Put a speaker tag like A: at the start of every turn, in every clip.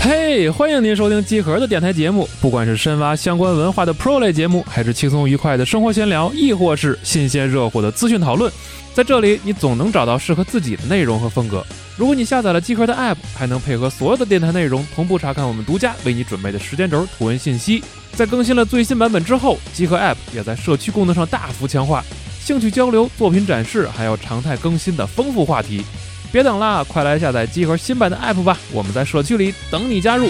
A: 嘿欢迎您收听机壳的电台节目，不管是深挖相关文化的 Pro 类节目，还是轻松愉快的生活闲聊，亦或是新鲜热乎的资讯讨论，在这里你总能找到适合自己的内容和风格。如果你下载了机壳的 App，还能配合所有的电台内容同步查看我们独家为你准备的时间轴、图文信息。在更新了最新版本之后，机壳 App 也在社区功能上大幅强化，兴趣交流、作品展示，还有常态更新的丰富话题。别等啦，快来下载机核新版的 App 吧！我们在社区里等你加入。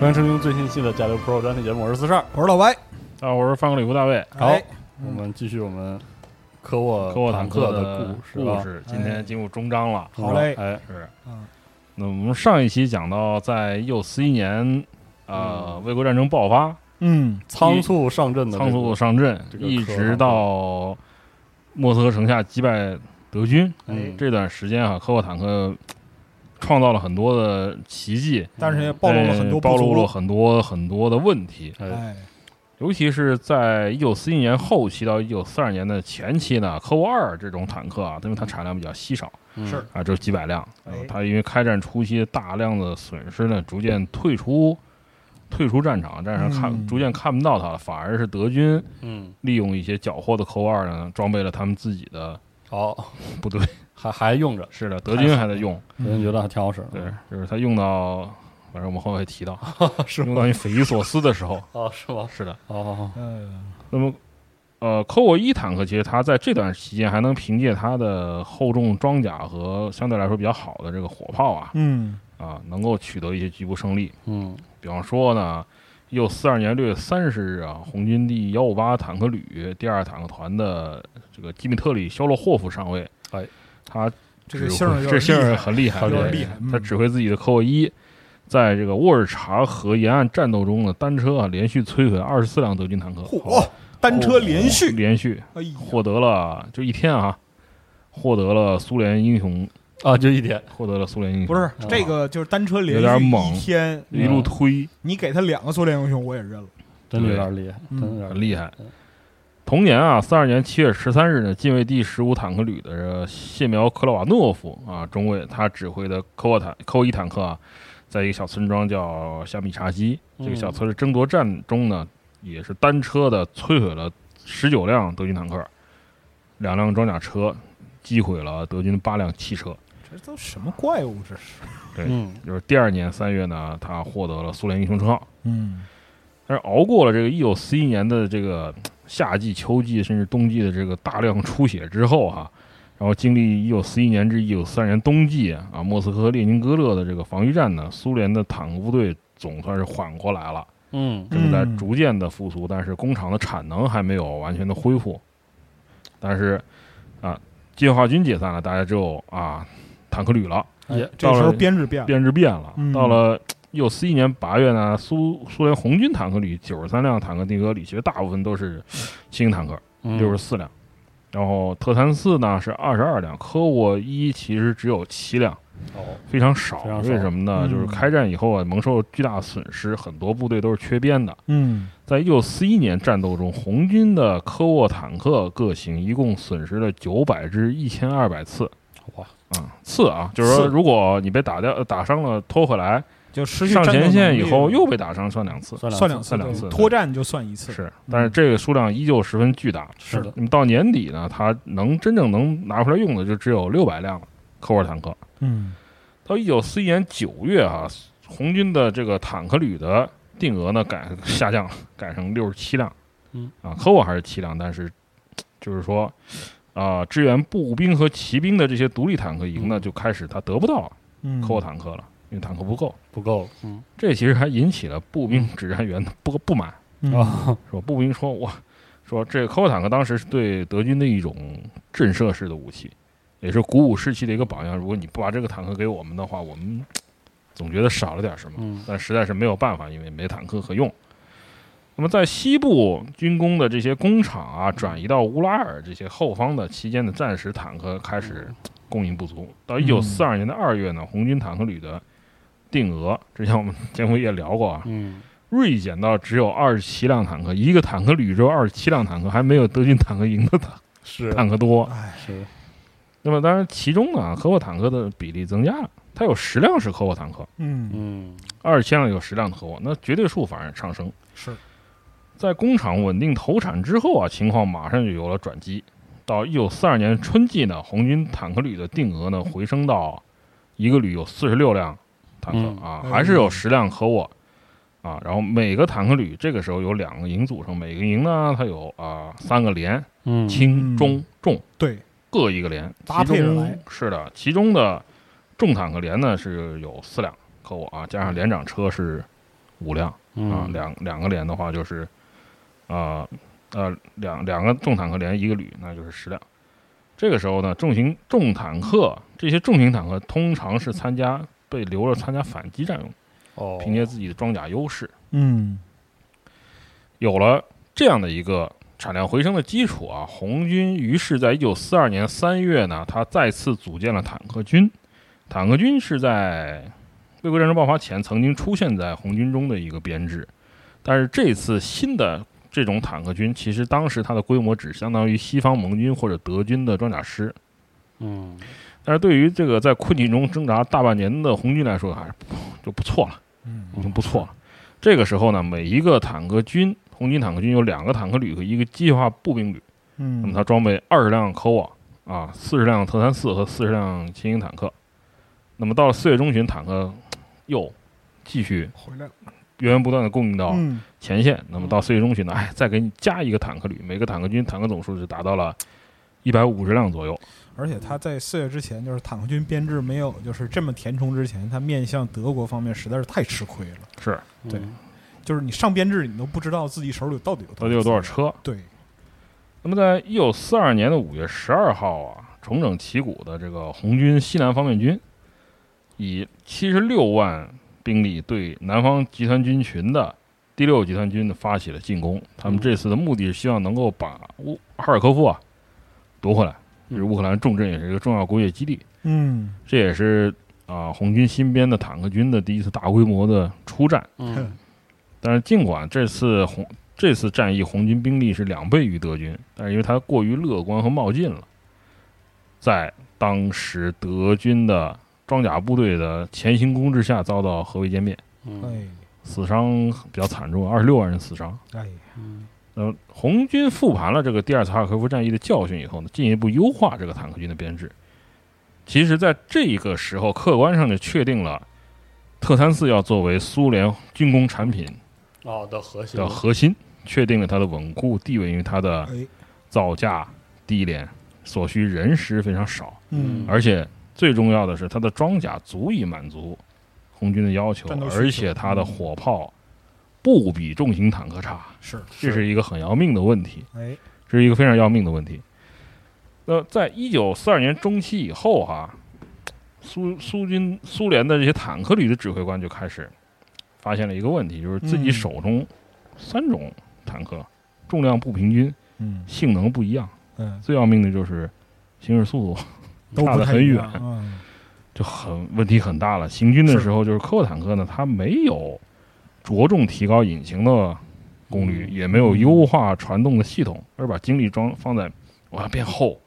B: 欢迎收听最新一期的《加流 Pro》专题节目，我是四十二
C: 我是老白，
D: 啊，我是范国里吴大卫。
B: 好
C: 哎
B: 我们继续我们科沃
D: 科沃
B: 呃坦
D: 坦
B: 克
D: 克
B: 的故
D: 故
B: 事
D: 事，今天进入终章了。
B: 啊。
C: 好嘞
B: 哎，
D: 是
C: 哎嗯，
D: 那我们上一期讲到，在一九四一年，
B: 嗯
D: 呃，卫国战争爆发，
C: 嗯，
B: 仓促上阵的这
D: 仓
B: 个
D: 促上阵，
B: 这个
D: 一
B: 科沃坦克
D: 直到莫斯科城下击败德军
B: 嗯
D: 这段时间啊，科沃坦克创造了很多的奇迹，
C: 但是也暴露了很多
D: 呃暴
C: 不足
D: 露了很多很多的问题。
B: 哎
C: 哎，
D: 尤其是在一九四一年后期到一九四二年的前期呢，科沃二这种坦克啊，因为它产量比较稀少
B: 嗯
C: 是
D: 啊，只有几百辆，
C: 哎
D: 呃它因为开战初期大量的损失呢，逐渐退出退出战场，战场上看、
C: 嗯
D: 逐渐看不到它了，反而是德军
B: 嗯，
D: 利用一些缴获的科沃二呢，装备了他们自己的
B: 好，
D: 部队。
B: 还还用着，
D: 是的，德军还在用，
C: 嗯
B: 有人觉得还挺好使的。
D: 对，就是他用到，反正我们后面会 提到，
B: 是
D: 用到你匪夷所思的时候。
B: 哦，是吗？
D: 是的，
B: 哦好，好
C: 嗯，
D: 那么，呃，科沃伊坦克其实它在这段期间还能凭借它的厚重装甲和相对来说比较好的这个火炮啊
C: 嗯，
D: 啊，能够取得一些局部胜利。
B: 嗯
D: 比方说呢，一九四二年六月三十日啊，红军第幺五八坦克旅第二坦克团的这个基米特里·肖洛霍夫上尉，
B: 哎，
D: 他
C: 这个
D: 指挥
C: 姓儿有
D: 这
C: 点
D: 姓儿
C: 厉害
D: 很厉害，
B: 有点
D: 对
C: 厉害嗯
D: 他指挥自己的科沃伊。在这个沃尔察河沿岸战斗中呢，单车啊连续摧毁二十四辆德军坦克，
C: 嚯，单车连续，
D: 连续
C: 哎呀，
D: 获得了就一天啊，获得了苏联英雄，
B: 啊，就一点，
D: 获得了苏联英雄，
C: 不是嗯这个就是单车连
D: 嗯有点
C: 续
D: 猛
C: 一天，
D: 一路推，
C: 你给他两个苏联英雄我也认了，
B: 真的有点厉害，真的有
C: 嗯
B: 点
D: 很
B: 害。
D: 厉害。同年啊，四二年七月十三日呢，近卫第十五坦克旅的谢苗克拉瓦诺夫啊中尉，他指挥的科沃坦科沃伊坦克啊，在一个小村庄叫夏米察基，这个
C: 嗯
D: 小村的争夺战中呢，也是单车的摧毁了十九辆德军坦克，两辆装甲车，击毁了德军八辆汽车。
C: 这都什么怪物这是？
B: 嗯
D: 就是第二年三月呢，他获得了苏联英雄称号。
C: 嗯，
D: 但是熬过了这个一九四一年的这个呃夏季、秋季甚至冬季的这个大量出血之后哈、然后经历一九四一年至一九四二年冬季啊，莫斯科和列宁格勒的这个防御战呢，苏联的坦克部队总算是缓过来了，
B: 嗯
D: 正在
C: 嗯
D: 逐渐的复苏，但是工厂的产能还没有完全的恢复。但是啊，解放军解散了，大家只有啊坦克旅了。
C: 哎
B: 也
C: 这个时
D: 到
C: 候
D: 了
C: 编制变了，
D: 编制变了。
C: 嗯
D: 到了一九四一年八月呢，苏苏联红军坦克旅九十三辆坦克定格里，其实大部分都是轻型坦克，
B: 嗯
D: 六十四辆。然后特三四呢是二十二辆，科沃一其实只有七辆，
B: 哦，
D: 非常少。
B: 非常少
D: 为什么呢？
C: 嗯
D: 就是开战以后啊，蒙受巨大损失，很多部队都是缺编的。
C: 嗯，
D: 在一九四一年战斗中，红军的科沃坦克各型一共损失了九百至一千二百次。
B: 哇
D: 啊，次啊，就是
C: 次
D: 说，如果你被打掉、呃打伤了，拖回来，
C: 就失去
D: 上
C: 战斗
D: 前线
C: 能
D: 以
C: 力
D: 后又被打伤，算两次。
B: 算
C: 算两
D: 哦算两次
C: 对
D: 对
C: 脱战就算一次，
D: 是，但是这个数量依旧十分巨大。
B: 是的，
D: 那么到年底呢，它能真正能拿出来用的就只有六百辆科沃坦克。
C: 嗯
D: 到一九四一年九月啊，红军的这个坦克旅的定额呢改 下降了，改成六十七辆。
B: 嗯
D: 啊，科沃还是七辆，但是就是说，啊、支援步兵和骑兵的这些独立坦克营呢，
B: 嗯
D: 就开始他得不到
C: 嗯，
D: 科沃坦克了，因为坦克不够。
B: 不够了，嗯
D: 这其实还引起了步兵指战员的不不满，
C: 啊，
B: 啊，
D: 说步兵说哇，说这科沃坦克当时是对德军的一种震慑式的武器，也是鼓舞士气的一个榜样。如果你不把这个坦克给我们的话，我们嘖总觉得少了点什么。
B: 嗯
D: 但实在是没有办法，因为没坦克可用。那么在西部军工的这些工厂啊，转移到乌拉尔这些后方的期间的战时坦克开始供应不足。到一九四二年的二月呢，红军坦克旅的定额，之前我们节目也聊过啊，
B: 嗯，
D: 锐减到只有二十七辆坦克，一个坦克旅只有二十七辆坦克，还没有德军坦克营的坦
B: 是
D: 坦克多。
C: 哎，
B: 是，
D: 那么当然，其中呢，科沃坦克的比例增加了，它有十辆是科沃坦克，
C: 嗯，
B: 嗯
D: 二十七辆有十辆科沃，那绝对数反而上升。
C: 是，
D: 在工厂稳定投产之后啊，情况马上就有了转机。到一九四二年春季呢，红军坦克旅的定额呢回升到一个旅有四十六辆坦克、
B: 嗯
D: 啊，
C: 哎
D: 还是有十辆和我啊。然后每个坦克旅这个时候有两个营组成，每个营呢它有啊三个连，
B: 嗯，
D: 轻、中、重
C: 对，
D: 各一个连，
C: 搭配
D: 其中
C: 着来
D: 是的，其中的重坦克连呢是有四辆和我啊，加上连长车是五辆。啊，
B: 嗯
D: 两两个连的话就是，啊呃两两个重坦克连一个旅，那就是十辆。这个时候呢，重型重坦克这些重型坦克通常是参加被留着参加反击战用，
B: 哦，
D: 凭借自己的装甲优势，
C: 嗯，
D: 有了这样的一个产量回升的基础啊，红军于是在一九四二年三月呢，他再次组建了坦克军。坦克军是在卫国战争爆发前曾经出现在红军中的一个编制，但是这次新的这种坦克军，其实当时它的规模只相当于西方盟军或者德军的装甲师。
B: 嗯
D: 但是对于这个在困境中挣扎大半年的红军来说，还是不就不错了。
C: 嗯，
D: 已经不错了。这个时候呢，每一个坦克军，红军坦克军有两个坦克旅和一个机械化步兵旅，那么
C: 嗯，
D: 它装备二十辆 c o a 啊，四十辆特三四和四十辆轻型坦克。那么到了四月中旬，坦克又继续
C: 回来了，
D: 源源不断的供应到
C: 嗯，
D: 前线。那么到四月中旬呢，哎，再给你加一个坦克旅，每个坦克军坦克总数就达到了一百五十辆左右。
C: 而且他在四月之前，就是坦克军编制没有就是这么填充之前，他面向德国方面实在是太吃亏了。
D: 是，
B: 嗯
C: 对就是你上编制，你都不知道自己手里到底有
D: 到底有多少？车？
C: 对，
D: 那么，在一九四二年的五月十二号啊，重整旗鼓的这个红军西南方面军，以七十六万兵力对南方集团军群的第六集团军发起了进攻。他们这次的目的是希望能够把乌哈尔科夫啊夺回来，这是乌克兰重镇，也是一个重要工业基地。
C: 嗯，
D: 这也是啊、红军新编的坦克军的第一次大规模的出战。
B: 嗯
D: 但是尽管这次红这次战役红军兵力是两倍于德军，但是因为他过于乐观和冒进了，在当时德军的装甲部队的前行攻势下遭到合围歼灭，
B: 嗯
C: 哎，
D: 死伤比较惨重，二十六万人死伤。
C: 哎，
B: 嗯
D: 呃，红军复盘了这个第二次哈尔科夫战役的教训以后呢，进一步优化这个坦克军的编制。其实，在这个时候，客观上就确定了特三四要作为苏联军工产品
B: 哦的核心
D: 的核心，确定了它的稳固地位，因为它的
C: 哎，
D: 造价低廉，所需人时非常少，
C: 嗯，
D: 而且最重要的是，它的装甲足以满足红军的要求
C: 战斗，需求嗯
D: 而且它的火炮不比重型坦克差，
C: 是，
D: 这是一个很要命的问题，
C: 哎，
D: 这是一个非常要命的问题。那在一九四二年中期以后啊，苏苏军苏联的这些坦克旅的指挥官就开始发现了一个问题，就是自己
C: 嗯
D: 手中三种坦克重量不平均，
C: 嗯
D: 性能不一样。
C: 嗯，
D: 最要命的就是行驶速度
C: 都
D: 差
C: 不
D: 得
C: 太
D: 很
C: 一
D: 远
C: 样，嗯，
D: 就很问题很大了。行军的
C: 是
D: 时候，就是科沃坦克呢，它没有着重提高引擎的功率，
B: 嗯
D: 也没有优化传动的系统，而把精力装放在我要变厚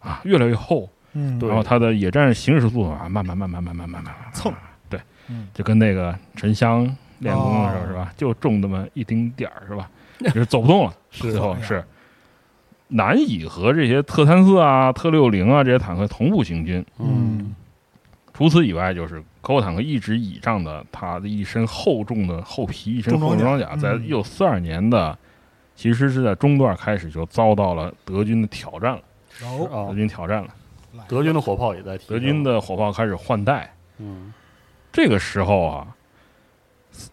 D: 啊，越来越厚。
C: 嗯，
D: 然后它的野战行驶速度啊，慢慢慢慢慢慢慢慢慢
C: 蹭，
D: 对，
C: 嗯
D: 就跟那个沉香练功的时候
C: 哦
D: 是吧，就重那么一丁点儿是吧，就是走不动了。
B: 是
D: 最后
C: 哎呀
D: 是难以和这些特三四啊、特六零啊这些坦克同步行军。
C: 嗯，
D: 除此以外，就是科沃坦克一直倚仗的它的一身厚重的厚皮、一身厚重装甲，
C: 重装甲
D: 在
C: 嗯
D: 一九四二年的，其实是在中段开始就遭到了德军的挑战了。
C: 有
B: 啊
D: 德，军挑
C: 哦
D: 战了，
B: 德军的火炮也在提升。
D: 德军的火炮开始换代。
B: 嗯
D: 这个时候啊，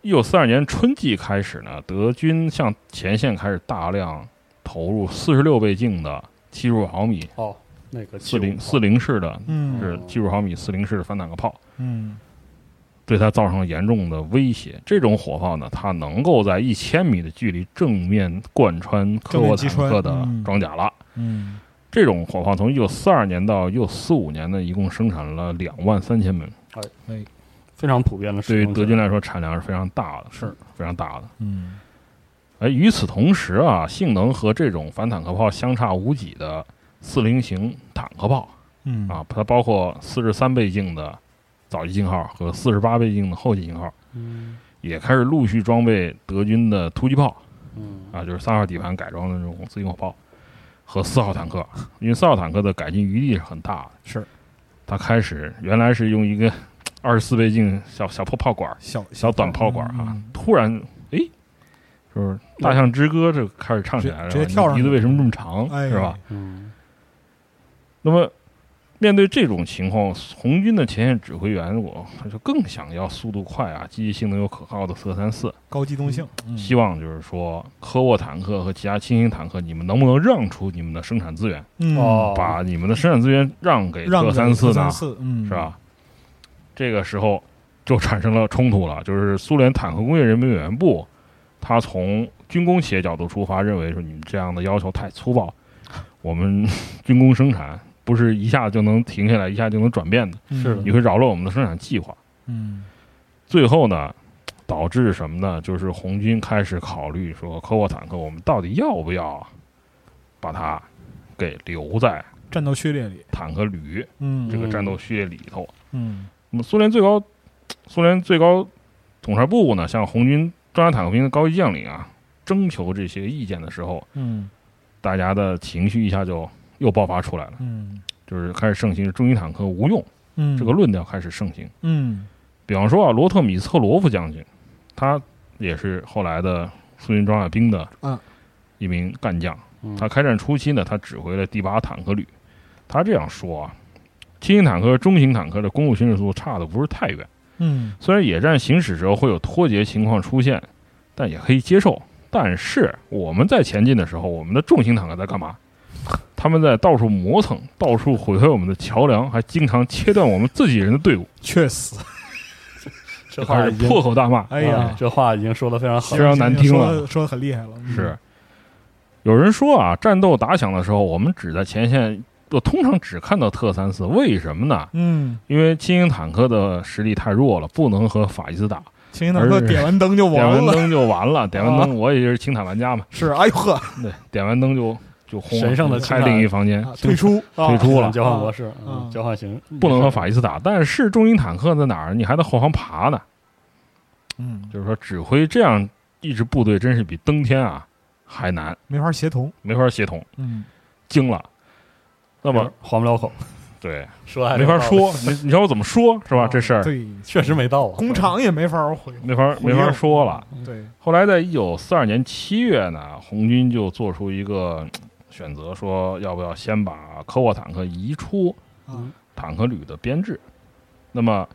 D: 一九四二年春季开始呢，德军向前线开始大量投入四十六倍镜的七十五毫米
B: 哦，那个
D: 四零
B: 75
D: 四零式的，
C: 嗯
D: 是七十五毫米四零式的反坦克炮。
C: 嗯
D: 对它造成了严重的威胁。这种火炮呢，它能够在一千米的距离正面贯穿克沃坦克
C: 正面击
D: 的
C: 穿嗯
D: 装甲了。
C: 嗯，
D: 这种火炮从一九四二年到一九四五年呢，一共生产了两万三千门。
B: 非常普遍的
D: 对
B: 使
D: 于
B: 用
D: 德
B: 者
D: 军来说，产量是非常大的，
B: 是
D: 非常大的。
C: 嗯
D: 而与此同时啊，性能和这种反坦克炮相差无几的四零型坦克炮
C: 嗯
D: 啊，它包括四十三倍镜的早期信号和四十八倍镜的后期信号，
B: 嗯
D: 也开始陆续装备德军的突击炮。
B: 嗯
D: 啊，就是三号底盘改装的那种自行火炮和四号坦克，因为四号坦克的改进余地是很大的。
C: 是，
D: 它开始原来是用一个二十四倍镜小小破炮管儿、
C: 小
D: 小短炮管儿啊，
C: 嗯
D: 突然哎，就是《大象之歌》就开始唱起来了，
C: 直直接跳上去
D: 鼻子为什么这么长，
C: 哎
D: 是吧？？
B: 嗯
D: 那么。面对这种情况，红军的前线指挥员我他就更想要速度快啊、积极性能又可靠的四三四，
C: 高机动性，嗯
D: 希望就是说科沃坦克和其他轻型坦克，你们能不能让出你们的生产资源，
C: 嗯
B: 哦，
D: 把你们的生产资源让给
C: 让
D: 克
C: 给
D: 三四
C: 四
D: 呢？
C: 四，嗯，
D: 是？吧？这个时候就产生了冲突了，就是苏联坦克工业人民委员部，他从军工企业角度出发，认为说你们这样的要求太粗暴，我们 军工生产不是一下就能停下来，一下就能转变的，
C: 嗯
B: 是的
D: 你会扰乱我们的生产计划。
C: 嗯
D: 最后呢，导致什么呢？就是红军开始考虑说，科沃坦克我们到底要不要把它给留在
C: 战斗序列里，
D: 坦克旅
C: 嗯
D: 这个战斗序列里头？
C: 嗯
D: 那么苏联最高，苏联最高统帅部呢，向红军中央坦克兵的高级将领啊征求这些意见的时候，
C: 嗯
D: 大家的情绪一下就又爆发出来了，
C: 嗯
D: 就是开始盛行中型坦克无用
C: 嗯，
D: 这个论调开始盛行。
C: 嗯
D: 比方说啊，罗特米策罗夫将军，他也是后来的苏军装甲兵的
C: 嗯
D: 一名干将。
B: 嗯
D: 他开战初期呢，他指挥了第八坦克旅。他这样说啊：轻型坦克、和中型坦克的公路行驶速度差的不是太远，
C: 嗯
D: 虽然野战行驶时候会有脱节情况出现，但也可以接受。但是我们在前进的时候，我们的重型坦克在干嘛？他们在到处磨蹭，到处毁坏我们的桥梁，还经常切断我们自己人的队伍，
C: 确实，
D: 啊
B: 这
D: 开
B: 话
D: 始
B: 已经
D: 破嗯口大骂。
C: 哎呀，
B: 这话已经说的非常狠
D: 非。常难听了
C: 说得说的很厉害了，啊嗯
D: 是，有人说啊，战斗打响的时候，我们只在前线，我通常只看到特三四，为什么呢？
C: 嗯，
D: 因为轻型坦克的实力太弱了，不能和法西斯打，
C: 轻型坦克
D: 而是
C: 点完灯就
D: 点
C: 完
D: 完
C: 了，
D: 灯就完了，点完灯，我也是轻坦玩 家嘛，
C: 是，哎呦呵，
D: 对，点完灯就就轰了，
B: 神圣的
D: 开
B: 轻坦
D: 另一房间，
C: 啊退出，
B: 啊
D: 退出了
B: 交换模式，
C: 嗯
B: 嗯交换型
D: 不能和法西斯打。但是重型坦克在哪儿？你还在后方爬呢，
C: 嗯，
D: 就是说指挥这样一支部队，真是比登天啊还难，
C: 没法协同，
D: 没法协同，
C: 嗯
D: 惊了。那
B: 那
D: 么
B: 还不了口，
D: 对，
B: 说得还
D: 没法
B: 真到
D: 说，你你让我怎么说是
C: 啊
D: 吧？这事儿
C: 对，
B: 确实没到啊
C: 工厂也没法回，
D: 没法没法说了。
C: 对，
D: 后来在一九四二年七月呢，红军就做出一个嗯选择，说要不要先把科沃坦克移出
C: 啊
D: 坦克旅的编制。那么，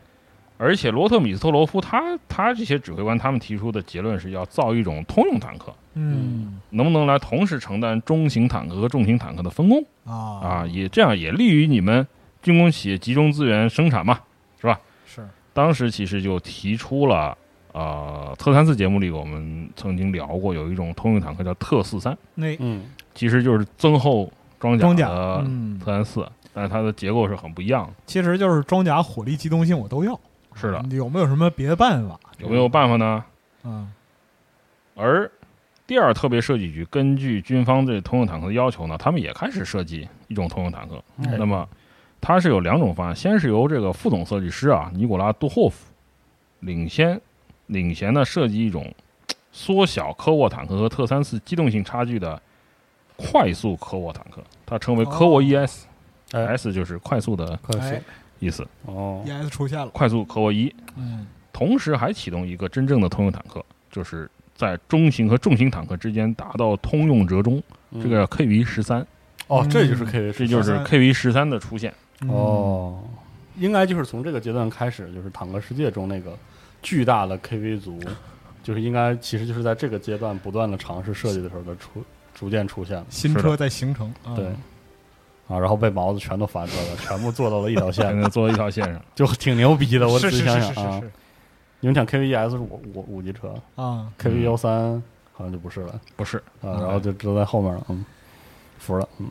D: 而且罗特米斯托罗夫他他这些指挥官他们提出的结论是要造一种通用坦克，
C: 嗯
D: 能不能来同时承担中型坦克和重型坦克的分工
C: 啊
D: 啊？也这样也利于你们军工企业集中资源生产嘛。
C: 是，
D: 当时其实就提出了，呃，特三四节目里我们曾经聊过，有一种通用坦克叫特四三，
C: 那
B: 嗯
D: 其实就是增厚装甲
C: 装甲，
D: 的
C: 嗯
D: 特，三四，但是它的结构是很不一样的。
C: 其实就是装甲、火力、机动性我都要，
D: 是的，
C: 有没有什么别的办法？
D: 有没有办法呢？
C: 嗯
D: 而第二特别设计局根据军方对通用坦克的要求呢，他们也开始设计一种通用坦克。
C: 哎
B: 嗯
D: 那么，它是有两种方案，先是由这个副总设计师啊尼古拉杜霍夫领先领衔呢设计一种嘖缩小科沃坦克和特三四机动性差距的快速科沃坦克，它称为科沃
C: 哦
D: ES，S、
B: 哎
D: S 就是快速的
B: 快速
C: 哎
D: 意思，
B: 哦
C: ，ES 出现了，
D: 快速科沃一。
C: 嗯
D: 同时还启动一个真正的通用坦克，就是在中型和重型坦克之间达到通用折中，这个 KB 十三
B: 嗯哦，这就是
C: 嗯
B: K V，
D: 这就是 KV 十三的出现。
C: 嗯，
B: 哦，应该就是从这个阶段开始，就是坦克世界中那个巨大的 KV 族，就是应该其实就是在这个阶段不断的尝试设计的时候的出逐渐出现了，
C: 新车在形成，啊
B: 对。啊，然后被毛子全都翻出来了，全部做到了一条
D: 才
B: 线，
D: 能做一条线上。
B: 就挺牛逼的。我仔
C: 是是
B: 细
C: 是
B: 想啊
C: 嗯
B: 想
C: 是是 E
B: 啊，
C: 是
B: 你们想 KV ES 是五五五级车
C: 啊，
B: ，KV 幺三好像就不是了
D: 不是，
C: 嗯
B: 啊，然后就都在后面了，嗯，服了，嗯，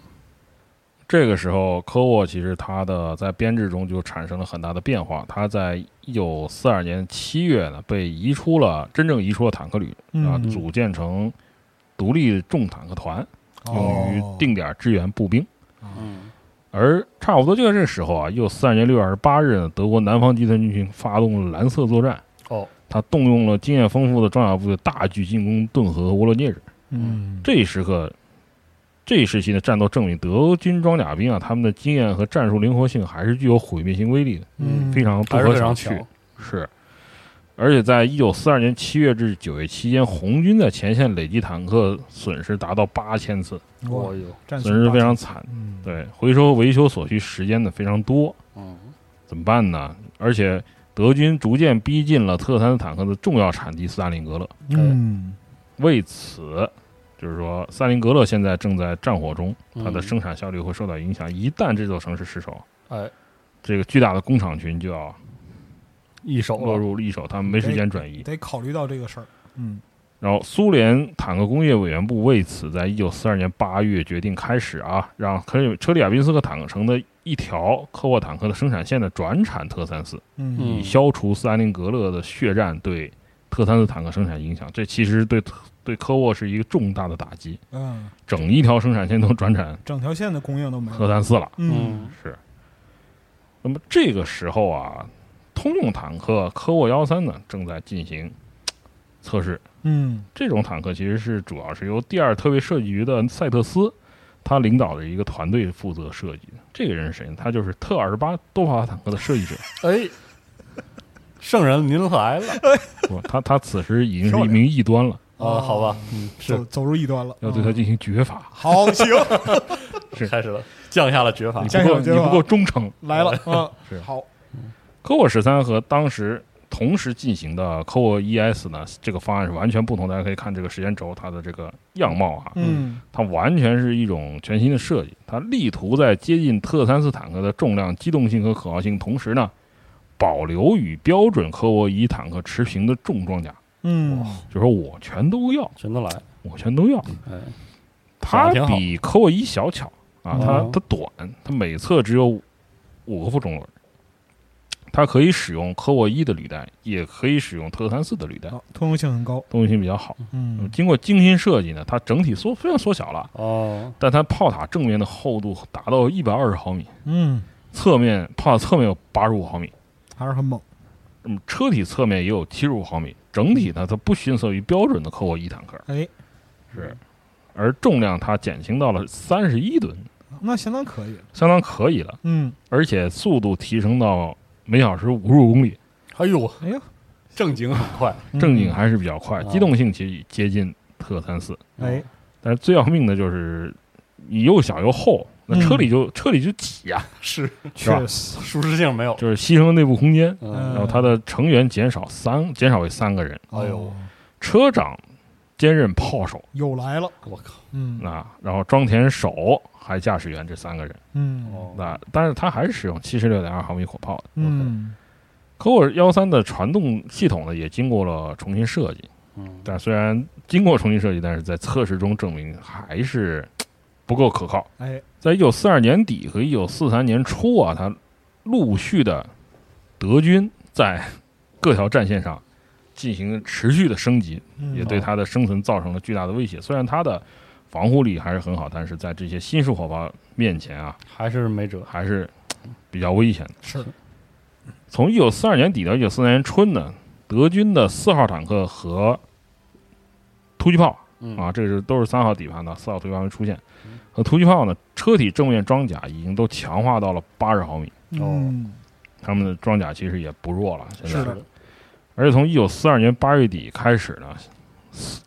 D: 这个时候科沃其实它的在编制中就产生了很大的变化。它在一九四二年七月呢，被移出了真正移出了坦克旅，啊，
C: 嗯
D: 组建成独立重坦克团，用于
C: 哦
D: 定点支援步兵。
B: 嗯，
D: 而差不多就在这时候啊，又四二年六月二十八日呢，德国南方集团军群发动了蓝色作战。
B: 哦，
D: 他动用了经验丰富的装甲部队，大举进攻顿河和沃罗涅日。
C: 嗯，
D: 这一时刻，这一时期的战斗证明，德军装甲兵啊，他们的经验和战术灵活性还是具有毁灭性威力的，
C: 嗯
D: 非常不
B: 还是
D: 可
B: 非常
D: 小
B: 强
D: 觑。是，而且在一九四二年七月至九月期间，红军在前线累计坦克损失达到八千次，
B: 哦
C: 哇，
B: 哟，
C: 战损
D: 损失非常惨。
C: 嗯，
D: 对，回收维修所需时间呢非常多，
B: 嗯，
D: 怎么办呢？而且德军逐渐逼近了特三坦克的重要产地斯大林格勒。
C: 嗯，
D: 为此，就是说，萨林格勒现在正在战火中，它的
B: 嗯
D: 生产效率会受到影响。一旦这座城市失守，
B: 哎，
D: 这个巨大的工厂群就要
B: 一手
D: 落
B: 了，哎
D: 入一手，他们没时间转移。
C: 得考虑到这个事儿，嗯，
D: 然后，苏联坦克工业委员部为此在一九四二年八月决定开始啊，让科里车里亚宾斯克坦克城的一条科沃坦克的生产线呢转产特三四，
C: 嗯
D: 以消除斯大林格勒的血战对特三四坦克生产影响。这其实对特对科沃是一个重大的打击，
C: 嗯，
D: 整一条生产线都转产
C: 整条线的供应都没
D: 特
C: 了，
D: 三四了。
C: 嗯，
D: 是。那么这个时候啊，通用坦克科沃幺三呢正在进行嘖测试。
C: 嗯
D: 这种坦克其实是主要是由第二特别设计局的塞特斯他领导的一个团队负责设计的。这个人是谁呢？他就是特二十八多发坦克的设计者。
B: 哎，圣人您来了。
D: 不，他他此时已经是
C: 漂
D: 一
C: 亮
D: 名异端了，
B: 啊，好吧，嗯，
C: 走
B: 是
C: 走入异端了，
D: 要对他
C: 嗯
D: 进行绝罚。
C: 好 行，
B: 开始了，降下了绝法
D: 你。
C: 加
D: 不
C: 油
D: 够，你
C: 加油啊
D: 不够忠诚。
C: 来了，啊
D: 是，
C: 好，
D: 科沃十三和当时同时进行的科沃 ES 呢，这个方案是完全不同。大家可以看这个时间轴，它的这个样貌啊，
C: 嗯
D: 它完全是一种全新的设计。它力图在接近特三四坦克的重量、机动性和可靠性，同时呢，保留与标准科沃一坦克持平的重装甲。
C: 嗯，
D: 就说我全都要，
B: 全都来，
D: 我全都要。
B: 哎，
D: 它
B: 挺好
D: 比科沃一小巧啊，它
B: 哦
D: 它短，它每侧只有五五个副中轮。它可以使用科沃一的履带，也可以使用特三四的履带，
C: 好，通用性很高，
D: 动性比较好。
C: 嗯
D: 经过精心设计呢，它整体缩虽然缩小了，
B: 哦，
D: 但它炮塔正面的厚度达到一百二十毫米，
C: 嗯，
D: 侧面炮塔侧面有八十五毫米，
C: 还是很猛，
D: 那么车体侧面也有七十五毫米，整体呢它不逊色于标准的科沃伊坦克，
C: 哎，
D: 是，而重量它减轻到了三十一吨，
C: 那相当可以了，
D: 相当可以了，
C: 嗯，
D: 而且速度提升到每小时五十五公里，
B: 哎呦，
C: 哎呦，
B: 正经很快，
C: 嗯
D: 正经，还是比较快，
B: 啊
D: 机动性其实接近特三四，
C: 哎，
D: 但是最要命的就是你又小又厚，那车里就、车里就挤呀、
B: 是
C: 确实，
B: 舒适性没有，
D: 就是牺牲内部空间，
B: 嗯
D: 然后它的成员减少三，减少为三个人，
C: 哦
B: 哎呦，
D: 车长兼任炮手
C: 又来了，
B: 我靠，
C: 嗯
D: 啊，然后装填手还驾驶员这三个人
B: 哦
C: 嗯
D: 啊，但是他还是使用七十六点二毫米火炮的。
C: 嗯，
D: 科沃幺三的传动系统呢，也经过了重新设计，
B: 嗯，
D: 但虽然经过重新设计，但是在测试中证明还是嘖不够可靠。
C: 哎，
D: 在一九四二年底和一九四三年初啊，它陆续的德军在各条战线上进行了持续的升级，
C: 嗯
D: 也对它的生存造成了巨大的威胁。虽然它的防护力还是很好，但是在这些新式火炮面前啊，
B: 还是没辙，
D: 还是比较危险的。
C: 是，
D: 从一九四二年底到一九四三年春呢，德军的四号坦克和突击炮
B: 嗯
D: 啊，这是都是三号底盘的，四号突击炮没出现。和突击炮呢，车体正面装甲已经都强化到了八十毫米，
C: 嗯，
D: 他们的装甲其实也不弱了。现在
C: 是的，
D: 而且从一九四二年八月底开始呢，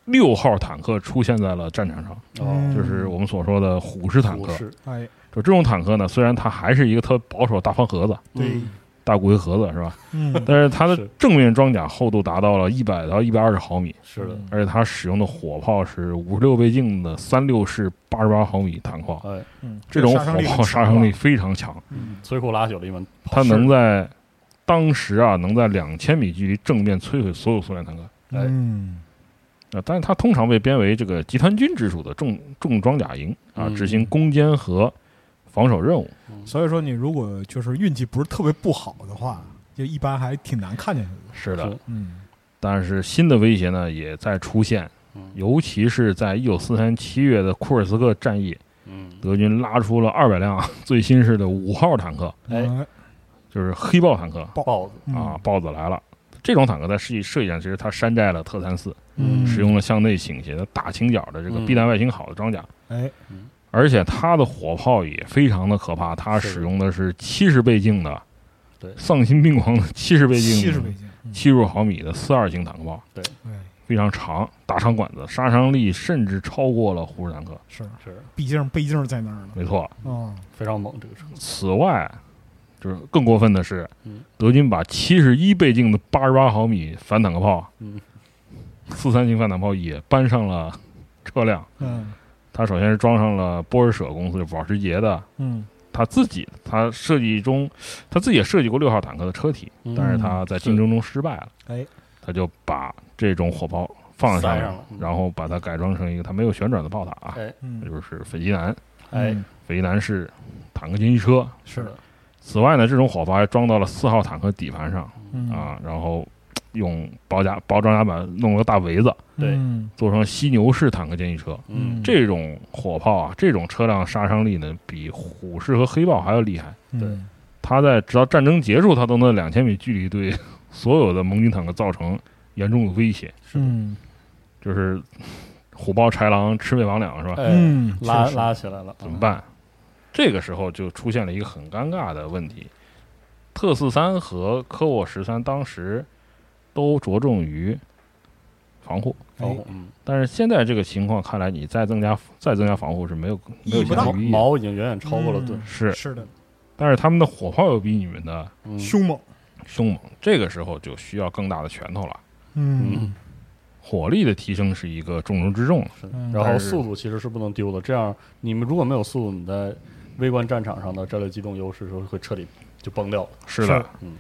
D: 六号坦克出现在了战场上，
B: 哦，
C: 嗯
D: 就是我们所说的虎式坦克
B: 我。是
C: 哎，
D: 就这种坦克呢，虽然它还是一个特保守的大方盒子、
C: 对
B: 嗯
D: 大骨灰盒子是吧？
C: 嗯，
D: 但是它的
B: 是
D: 正面装甲厚度达到了一百到一百二十毫米，
B: 是
C: 嗯
B: 的，
D: 而且它使用的火炮是五十六倍镜的三六式八十八毫米弹炮，
B: 哎，
C: 嗯，
D: 这种
C: 杀伤
D: 火
C: 力
D: 炮
C: 很
D: 杀
C: 强
D: 伤
C: 啊
D: 力，非常强，
C: 嗯
B: 摧枯拉朽的一门炮
D: 它
B: 式，
D: 能在当时啊能在两千米距离正面摧毁所有苏联坦克。
B: 哎
C: 嗯，
D: 啊，但是它通常被编为这个集团军直属的重重装甲营啊，
B: 嗯
D: 执行攻坚和防守任务。
B: 嗯
C: 所以说你如果就是运气不是特别不好的话，就一般还挺难看见它的。
D: 是的
B: 是，
C: 嗯，
D: 但是新的威胁呢也在出现，
B: 嗯
D: 尤其是在一九四三七月的库尔斯克战役，
B: 嗯，
D: 德军拉出了二百辆 最新式的五号坦克，
B: 哎
C: 嗯，
D: 就是黑豹坦克
B: 豹子，
C: 嗯
D: 啊，，豹子来了。这种坦克在设计设计上，其实它山寨了特三四，
C: 嗯，
D: 使用了向内倾斜的大倾角的这个
B: 嗯
D: 避弹外形好的装甲，
C: 哎，
D: 而且它的火炮也非常的可怕，它
B: 是的
D: 使用的是七十倍镜的，
B: 对
D: 丧心病狂的七十倍镜，
C: 七十倍镜，嗯
D: 七十五毫米的四二型坦克炮，
C: 哎，
D: 非常长，大长管子，杀伤力甚至超过了虎式坦克，
C: 是，
B: 是
C: 毕竟倍镜在那儿呢。
D: 没错。
C: 哦，
B: 非常猛这个车，
D: 此外，就是更过分的是
B: 嗯，
D: 德军把七十一倍镜的八十八毫米反坦克炮
B: 嗯，
D: 四三型反坦克炮也搬上了车辆，
C: 嗯
D: 它首先是装上了波尔舍公司，就保时捷的。
C: 嗯，
D: 他自己，他设计中，他自己也设计过六号坦克的车体，
B: 嗯
D: 但是他在竞争中失败了，
C: 哎，
D: 他就把这种火炮放
B: 塞
D: 上
B: 上
D: 来
B: 了，嗯
D: 然后把它改装成一个它没有旋转的炮塔啊，
B: 哎
C: 嗯，
D: 就是斐济南，
B: 哎，
C: 嗯，
D: 斐济南是坦克军一车。
B: 是的，
D: 此外呢，这种火炮还装到了四号坦克底盘上
C: 嗯
D: 啊，然后用包夹包装甲板弄了个大围子，
B: 对
C: 嗯
D: 做成犀牛式坦克间一车。
B: 嗯，
D: 这种火炮啊，这种车辆杀伤力呢，比虎式和黑豹还要厉害。
B: 对
C: 嗯
D: 他在直到战争结束，他都能两千米距离对所有的盟军坦克造成严重的威胁，
B: 是的，
C: 嗯
D: 就是虎豹豺狼魑魅魍魉是吧？
B: 哎，
C: 嗯，
B: 拉
C: 确实
B: 拉起来了，
D: 怎么办？这个时候就出现了一个很尴尬的问题，特四三和科沃十三当时都着重于防护，
B: 防
C: 哎
B: 护，嗯，
D: 但是现在这个情况看来，你再增加再增加防护是没有没
C: 意
D: 有
C: 义不大
B: 毛
D: 效果意义的。
B: 毛已经远远超过了
C: 嗯
B: 盾，
D: 是，
C: 是的，
D: 但是他们的火炮又比你们的
B: 嗯，
C: 凶猛，
D: 凶猛，这个时候就需要更大的拳头了。
C: 嗯
B: 嗯，
D: 火力的提升是一个重中之重了。
B: 是
C: 嗯，
B: 然后
D: 但是
B: 速度其实是不能丢的，这样你们如果没有速度，你在微观战场上的战略机动优势时候会彻底就崩掉了，
D: 是
C: 的，
B: 嗯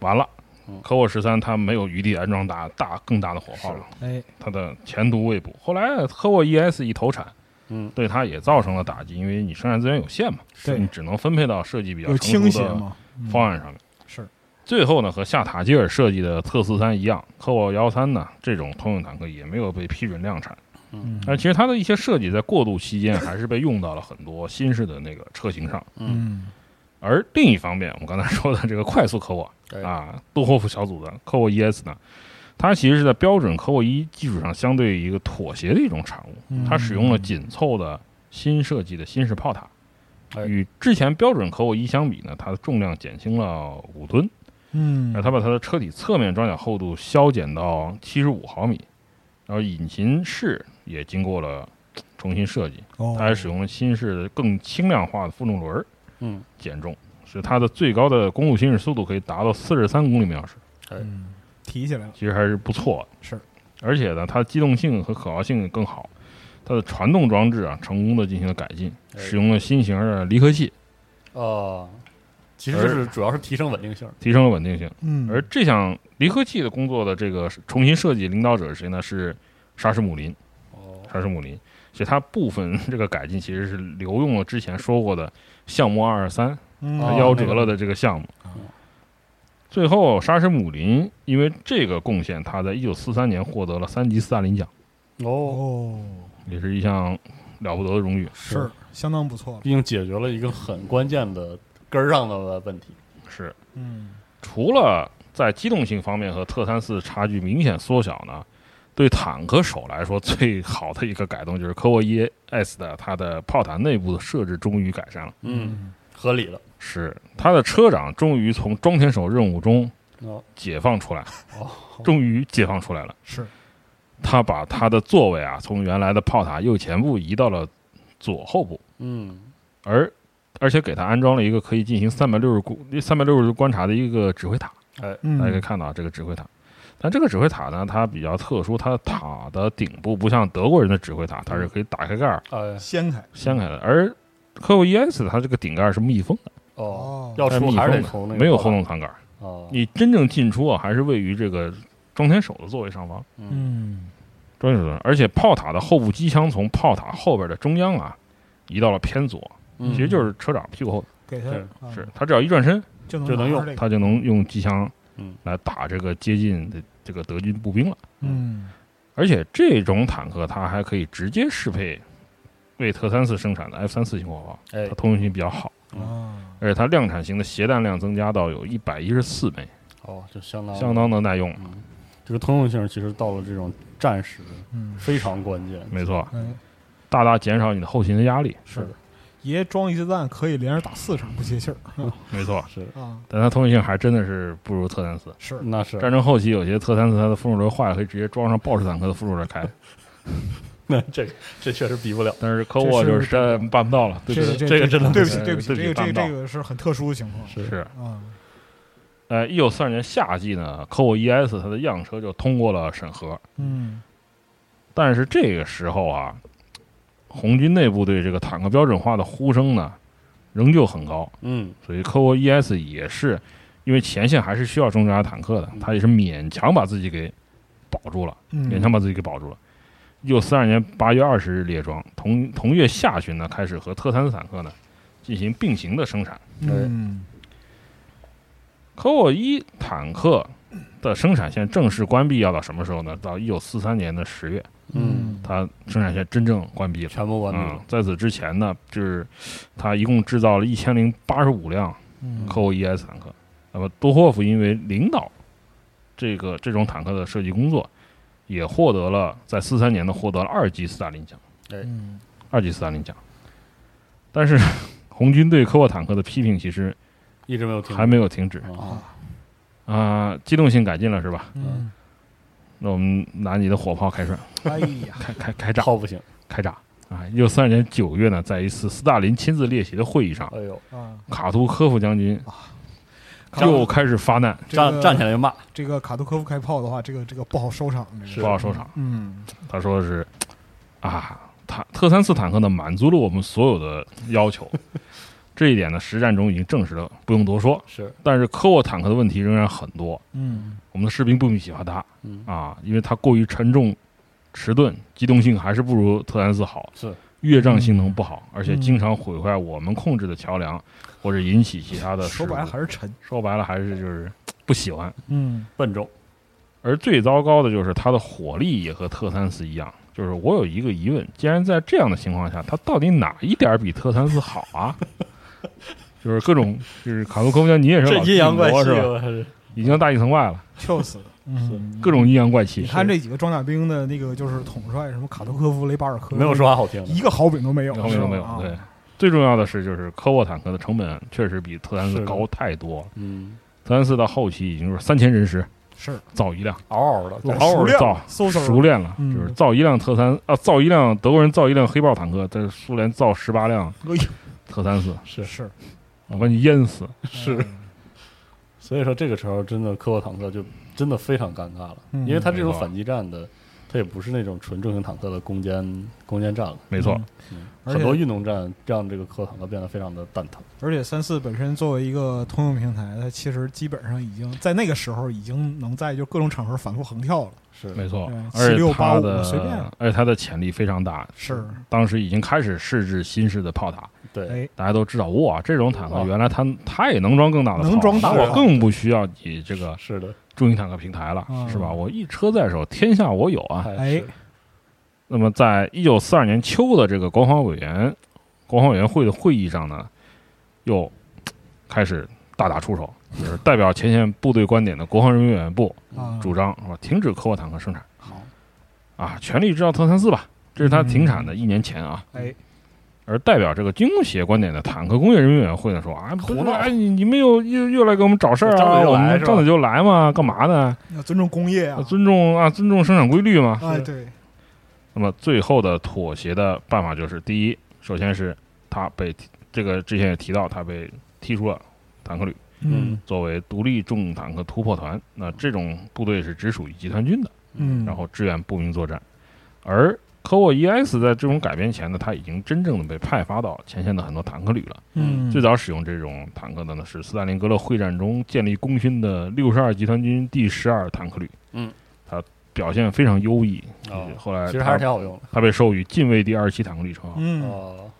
D: 完了
B: 嗯，
D: 科沃十三它没有余地安装大大更大的火炮了，
C: 哎，
D: 它的前途未卜。后来科沃 ES 一投产，
B: 嗯，
D: 对它也造成了打击，因为你生产资源有限嘛，
C: 对
D: 你只能分配到设计比较
C: 有
D: 成
C: 倾
D: 熟
C: 斜
D: 的
C: 嘛，嗯
D: 方案上面。
C: 是，
D: 最后呢，和夏塔基尔设计的特四三一样，科沃幺三呢这种通用坦克也没有被批准量产。
C: 嗯
D: 但是其实它的一些设计在过渡期间还是被用到了很多新式的那个车型上。
C: 嗯
D: 而另一方面，我们刚才说的这个快速科沃
B: 对
D: 啊，杜霍夫小组的科沃 ES 呢，它其实是在标准科沃一基础上相对一个妥协的一种产物
C: 嗯，
D: 它使用了紧凑的新设计的新式炮塔。
B: 哎
D: 与之前标准科沃一相比呢，它的重量减轻了五吨，
C: 嗯，
D: 而它把它的车体侧面装甲厚度削减到七十五毫米，然后引擎室也经过了重新设计，
C: 哦
D: 它还使用了新式的更轻量化的负重轮儿，
B: 嗯，
D: 减重，使它的最高的公路行驶速度可以达到四十三公里每小时，
C: 嗯提起来了，
D: 其实还是不错的。
C: 是，
D: 而且呢，它的机动性和可靠性更好，它的传动装置啊，成功的进行了改进，
B: 哎
D: 使用了新型的离合器，
B: 啊，其实就是主要是提升稳定性，哦
D: 提升了稳定性。
C: 嗯，
D: 而这项离合器的工作的这个重新设计领导者是谁呢？是沙什姆林，
B: 哦，
D: 沙什姆林。所以它部分 这个改进其实是留用了之前说过的项目二二三
C: 嗯
D: 它
B: 哦
D: 夭折了的这个项目。
C: 啊
D: 最后，沙什姆林因为这个贡献，他在一九四三年获得了三级斯大林奖，
B: 哦，
C: 哦
D: 也是一项了不得的荣誉。
C: 是相当不错了，
B: 毕竟解决了一个很关键的根儿上的问题，
D: 是，
C: 嗯
D: 除了在机动性方面和特三四差距明显缩小呢，对坦克手来说最好的一个改动就是科沃伊 S 的它的炮塔内部的设置终于改善了，
B: 嗯，合理的，
D: 是它的车长终于从装填手任务中
B: 哦，
D: 解放出来，
B: 哦，
D: 终于解放出来了。
C: 是
D: 他把他的座位啊从原来的炮塔右前部移到了左后部，
B: 嗯
D: 而而且给他安装了一个可以进行三百六十度三百六十度观察的一个指挥塔。大家可以
C: 嗯，
D: 看到这个指挥塔。但这个指挥塔呢，它比较特殊，它的塔的顶部不像德国人的指挥塔，它是可以打开盖儿
B: 哎
C: 掀开
D: 掀开的，而科沃伊 S 它这个顶盖儿是密封的，
B: 哦，
C: 哦，
B: 要
D: 它是
B: 出
D: 密
B: 还是得
D: 封的，
B: 从那个
D: 哎没有
B: 后
D: 后
B: 门
D: 动舱盖儿。
B: 哦，
D: 你真正进出啊，还是位于这个装填手的座位上方。
B: 嗯
C: 嗯，
D: 装填手的，而且炮塔的后部机枪从炮塔后边的中央啊，移到了偏左，
B: 嗯
D: 其实就是车长屁股后
C: 给他
B: 是
C: 啊
D: 头。是，它只要一转身，
C: 就能
B: 就能
C: 拿
B: 用
C: 这个
D: 它就能用机枪
B: 嗯
D: 来打这个接近的这个德军步兵了。
C: 嗯
D: 而且这种坦克它还可以直接适配为特三四生产的 F 三四型火炮，
B: 哎
D: 它通用性比较好，
C: 啊，
D: 而且它量产型的携弹量增加到有一百一十四枚，
B: 哦，就相当
D: 相当的耐用。
B: 嗯，这个通用性其实到了这种战时
C: 嗯
B: 非常关键，
D: 没错，
C: 嗯，
D: 大大减少你的后勤的压力。
B: 是的，
C: 爷装一次弹可以连着打四场不歇气儿
D: 没错，
B: 是
C: 啊，
D: 但它通用性还真的是不如特三四。
C: 是
B: 那是
D: 战争后期有些特三四它的副助轮坏了，可以直接装上豹式坦克的副助 轮开，
B: 那这个这确实比不了，
D: 但是科沃就是
C: 这
D: 真办不到了，对不
C: 这
D: 对？
C: 这
B: 这个真的
C: 对不起
D: 是
C: 对不起，
D: 自己
C: 这个这个
D: 办不到
C: 这个是很特殊的情况
B: 是
D: 是，
C: 啊，
D: 呃，一九四二年夏季呢，科沃 ES 它的样车就通过了审核，
C: 嗯
D: 但是这个时候啊，红军内部对这个坦克标准化的呼声呢，仍旧很高，
B: 嗯
D: 所以科沃 ES 也是因为前线还是需要装甲坦克的，他也是勉强把自己给保住了，
C: 嗯，
D: 勉强把自己给保住了。一九四二年八月二十日列装，同同月下旬呢，开始和特三斯坦克呢进行并行的生产。哎
C: 嗯
D: 科沃伊坦克的生产线正式关闭要到什么时候呢？到一九四三年的十月，
B: 嗯，
D: 它生产线真正关闭了。
B: 全部完
D: 嗯
B: 毕，，
D: 在此之前呢，就是他一共制造了一千零八十五辆
C: 嗯
D: 科沃 ES 坦克。那么多霍夫因为领导这个这种坦克的设计工作，也获得了在四三年呢获得了二级斯大林奖，
C: 嗯
D: 二级斯大林奖。但是 红军对科沃坦克的批评其实
B: 一直没有停，
D: 还没有停止
B: 啊，
D: 啊、机动性改进了是吧？
C: 嗯，
D: 那我们拿你的火炮开涮，
C: 哎呀，
D: 开开开炸，
B: 炮不行，
D: 开炸啊！一九三二年九月呢，在一次斯大林亲自列席的会议上，
B: 哎呦，
C: 啊，
D: 卡图科夫将军
B: 看
D: 又开始发难，
C: 这
B: 站
C: 个
B: 站起来就骂，
C: 这个卡图科夫开炮的话，这个这个不好收场，这个
B: 是
D: 不好收场。
C: 嗯
D: 他说的是啊，坦特三四坦克呢满足了我们所有的要求，这一点呢实战中已经证实了，不用多说。
B: 是，
D: 但是科沃坦克的问题仍然很多，
C: 嗯
D: 我们的士兵不喜欢它
B: 嗯，
D: 啊，因为它过于沉重、迟钝，机动性还是不如特兰斯好，
B: 是
D: 越障性能不好，而且
C: 嗯
D: 经常毁坏我们控制的桥梁，或者引起其他的事
C: 说
D: 故。
C: 白了还是沉，
D: 说白了还是就是不喜欢。
C: 嗯
B: 笨重，
D: 而最糟糕的就是它的火力也和特三四一样，就是我有一个疑问，既然在这样的情况下，它到底哪一点比特三四好啊？就是各种就是卡图科夫将军，你也是
B: 这
D: 老
B: 阴阳怪
D: 地
B: 气
D: 魔是吧？
B: 还是
D: 已经大意层外了，
C: 确实，嗯，
D: 各种阴阳怪气
C: 你，看这几个装甲兵的那个就是统帅，什么卡图科夫、雷巴尔科，
B: 没有说话好听
C: 一
B: 的，
C: 个好饼都没有，啊
D: 后面都没
C: 是吧
D: 有。对，，最重要的是就是科沃坦克的成本确实比特三
B: 是
D: 四
B: 的
D: 高太多了，
B: 嗯，
D: 特三四到后期已经是三千人时
C: 是
D: 造一辆，
B: 嗷嗷的，
C: 老
D: 嗷
C: 熟
D: 嗷
C: 练
D: 造
C: 了，嗖嗖
D: 熟练了，
C: 嗯
D: 就是造一辆特三啊，造一辆德国人造一辆黑豹坦克，在苏联造十八辆
C: 哎呦
D: 特三四，
B: 是
C: 是
D: 我把你淹死。
B: 是，，所以说这个时候真的科沃坦克就真的非常尴尬了，
C: 嗯
B: 因为它这种
D: 没错
B: 反击战的，它也不是那种纯正型坦克的攻坚攻坚战了，
D: 没错，
C: 嗯
B: 嗯，
C: 而
B: 很多
C: 且
B: 运动战让这个科沃坦克变得非常的蛋疼，
C: 而且三四本身作为一个通用平台，它其实基本上已经在那个时候已经能在就各种场合反复横跳了，
B: 是
D: 没错
C: 对，
D: 而且
C: 76
D: 它
C: 85随便
D: 的，而且它的潜力非常大。
C: 是，
D: 当时已经开始试制新式的炮塔，
B: 对，
C: 哎，
D: 大家都知道，哇，这种坦克
B: 哇
D: 原来它它也能装更大的炮，
C: 能装
B: 大
D: 那
B: 的
D: 我更不需要你这个
B: 是的，
D: 重型坦克平台了，
B: 啊
C: 嗯
D: 是吧？我一车在手，天下我有啊。
C: 哎
B: 是
D: 那么，在一九四二年秋的这个国防委员国防委员会的会议上呢，又开始大打出手，就是代表前线部队观点的国防人员部
C: 啊，
D: 主张是吧，停止科沃坦克生产。
B: 嗯好，嗯
D: 啊，全力制造特三四吧，这是他停产的一年前啊。
C: 哎，
D: 而代表这个军工企业观点的坦克工业人民委员会呢说啊，
B: 胡闹
D: 哎，你你们又又又来给我们找事儿
B: 张
D: 啊，
B: 嘴就
D: 我
B: 来
D: 们
B: 是吧
D: 张嘴就来嘛，干嘛呢？
C: 要尊重工业啊，
D: 尊重啊，尊重生产规律嘛。
C: 哎，对，
D: 那么最后的妥协的办法就是，第一，首先是他被这个之前也提到，他被踢出了坦克旅，
C: 嗯
D: 作为独立重坦克突破团。那这种部队是只属于集团军的，
C: 嗯，
D: 然后支援步兵作战。而科沃 ES 在这种改编前呢，它已经真正的被派发到前线的很多坦克旅了。
C: 嗯，
D: 最早使用这种坦克的呢是斯大林格勒会战中建立功勋的六十二集团军第十二坦克旅。
B: 嗯，
D: 它表现非常优异。
B: 哦
D: 后来
B: 其实
D: 它
B: 还是挺好用的。
D: 他被授予禁卫第二期坦克旅称号，
C: 嗯，
B: 哦，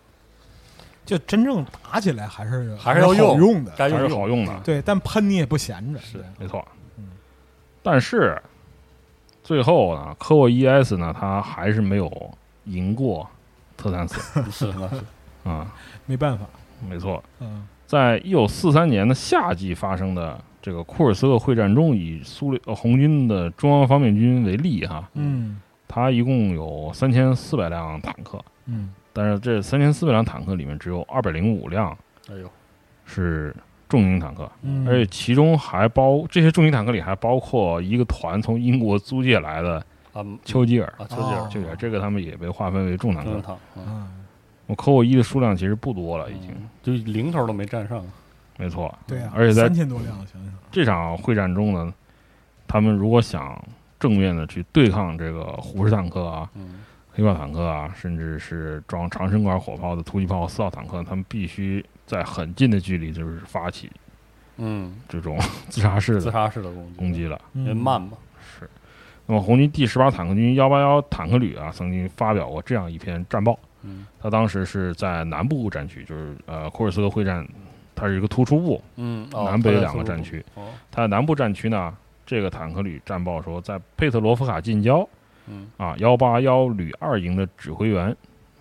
C: 就真正打起来还是
B: 还是要
C: 好
B: 用
C: 用的，
B: 该
D: 还
B: 用
D: 是好用的，
C: 对，但喷你也不闲着，
B: 是
D: 没错
C: 嗯。
D: 但是最后呢，科沃 ES 呢，他还是没有赢过特三四
B: 是那是
D: 啊，
C: 没办法，
D: 没错。
C: 嗯
D: 在一九四三年的夏季发生的这个库尔斯克会战中，以苏联、呃红军的中央方面军为例哈，
C: 嗯
D: 它一共有三千四百辆坦克，
C: 嗯
D: 但是这三千四百辆坦克里面只有二百零五辆
B: 哎呦，
D: 是重型坦克，
C: 嗯，
D: 而且其中还包这些重型坦克里还包括一个团从英国租借来的
B: 啊
D: 丘吉尔，
B: 啊，丘吉尔
C: 哦
D: 丘吉尔这个他们也被划分为重坦
B: 中
D: 克。
B: 堂，嗯，
C: 啊，
D: 我科沃伊的数量其实不多了，已经
B: 嗯就零头都没占上，
D: 没错。
C: 对啊，
D: 而且在
C: 三千多辆，想想，
D: 这场会战中呢，他们如果想正面的去对抗这个虎式坦克啊、
B: 嗯，
D: 黑豹坦克啊，甚至是装长身管火炮的突击炮四号坦克，他们必须在很近的距离就是发起
B: 嗯，
D: 这种 自杀式
B: 自
D: 的
B: 杀式的攻击，
D: 攻击了。
B: 因
C: 嗯
B: 为慢嘛，
D: 是。那么，红军第十八坦克军幺八幺坦克旅啊，曾经发表过这样一篇战报。
B: 嗯
D: 他当时是在南部战区，就是呃库尔斯克会战，它是一个突出部，
B: 嗯，哦
D: 南北两个战区，
B: 他在四路哦，
D: 它在南部战区呢，这个坦克旅战报说，在佩特罗夫卡近郊
B: 嗯
D: 啊，幺八幺旅二营的指挥员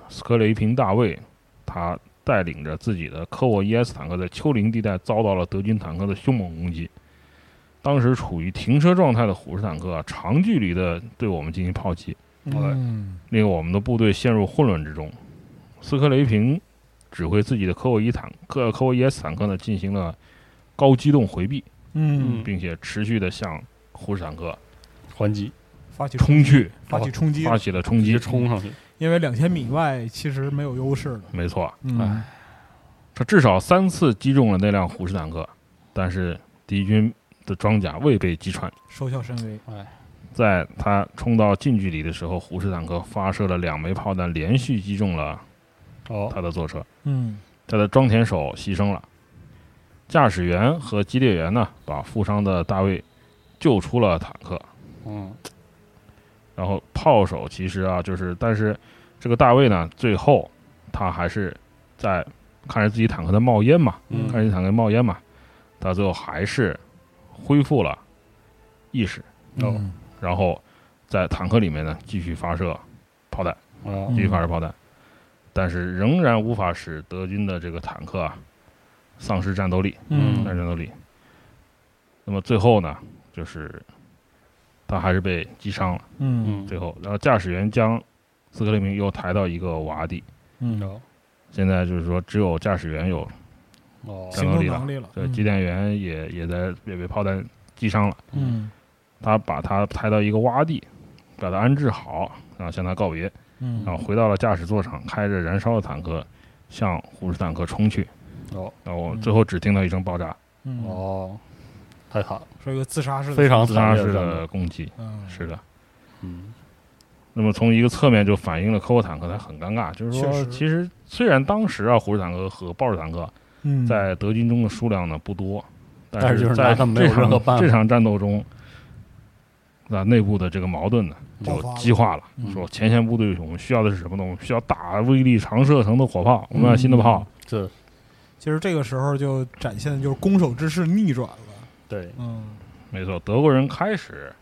D: 斯科雷平大卫，他带领着自己的科沃伊 S 坦克在丘陵地带遭到了德军坦克的凶猛攻击。当时处于停车状态的虎式坦克、啊、长距离的对我们进行炮击，
C: 嗯
D: 令我们的部队陷入混乱之中。斯科雷平指挥自己的科沃伊坦克呃科沃伊 S 坦克呢进行了高机动回避，
C: 嗯，
D: 并且持续的向虎式坦克
B: 还击，
C: 发起
D: 冲去，
C: 发起冲击，
D: 发起了冲
B: 直
D: 击
B: 接，冲上去，
C: 因为两千米外其实没有优势的，
D: 没错，
C: 嗯
D: 他至少三次击中了那辆虎式坦克，但是敌军的装甲未被击穿。
C: 收效甚微，
D: 在他冲到近距离的时候，虎式坦克发射了两枚炮弹，连续击中了
B: 哦，
D: 他的坐车，
C: 嗯
D: 他的装填手牺牲了。驾驶员和机列员呢，把负伤的大卫救出了坦克，
B: 嗯，
D: 然后炮手其实啊，就是但是这个大卫呢，最后他还是在看着自己坦克在冒烟嘛，
B: 嗯
D: 看着自己坦克冒烟嘛，他最后还是恢复了意识，
B: 哦，
D: 然后在坦克里面呢继续发射炮弹，
B: 啊
D: 继续发射炮弹，但是仍然无法使德军的这个坦克啊丧失战斗力，
C: 嗯
D: 丧失战斗力。那么最后呢，就是他还是被击伤了。
C: 嗯
B: 嗯，
D: 最后，然后驾驶员将斯克雷明又抬到一个洼地。
C: 嗯，
B: 哦，
D: 现在就是说，只有驾驶员有，
B: 哦，
D: 行
C: 行
D: 动
C: 动
D: 能
C: 能力了，
D: 这
B: 嗯
D: 机电员也也在也被炮弹击伤了。
C: 嗯
D: 他把他抬到一个洼地，把他安置好，然后向他告别，
C: 嗯，
D: 然后回到了驾驶座上，开着燃烧的坦克向虎式坦克冲去。
B: 哦，
D: 然后
C: 嗯
D: 最后只听到一声爆炸，
C: 嗯，
B: 哦，太惨了，
C: 说一个自杀式的，
B: 非常
D: 自
B: 惨
D: 杀
B: 烈
D: 式
B: 的战斗，
D: 的攻击。
C: 嗯
D: 是的。
B: 嗯，
D: 那么从一个侧面就反映了科沃坦克，它很尴尬，就是
C: 确
D: 说，
C: 实
D: 其实虽然当时啊，虎式坦克和豹式坦克
C: 嗯
D: 在德军中的数量呢不多，
B: 但是就是
D: 在
B: 拿他们没有
D: 这场
B: 任何办法
D: 这场战斗中，那内部的这个矛盾呢
C: 爆
D: 就
C: 发了
D: 激化了。
B: 嗯
D: 说前线部队我们需要的是什么呢？我们需要大威力长射程的火炮，我们
B: 嗯
D: 要新的炮。
B: 这
C: 其实这个时候就展现的就是攻守之势逆转了，
B: 对，
C: 嗯，
D: 没错，德国人开始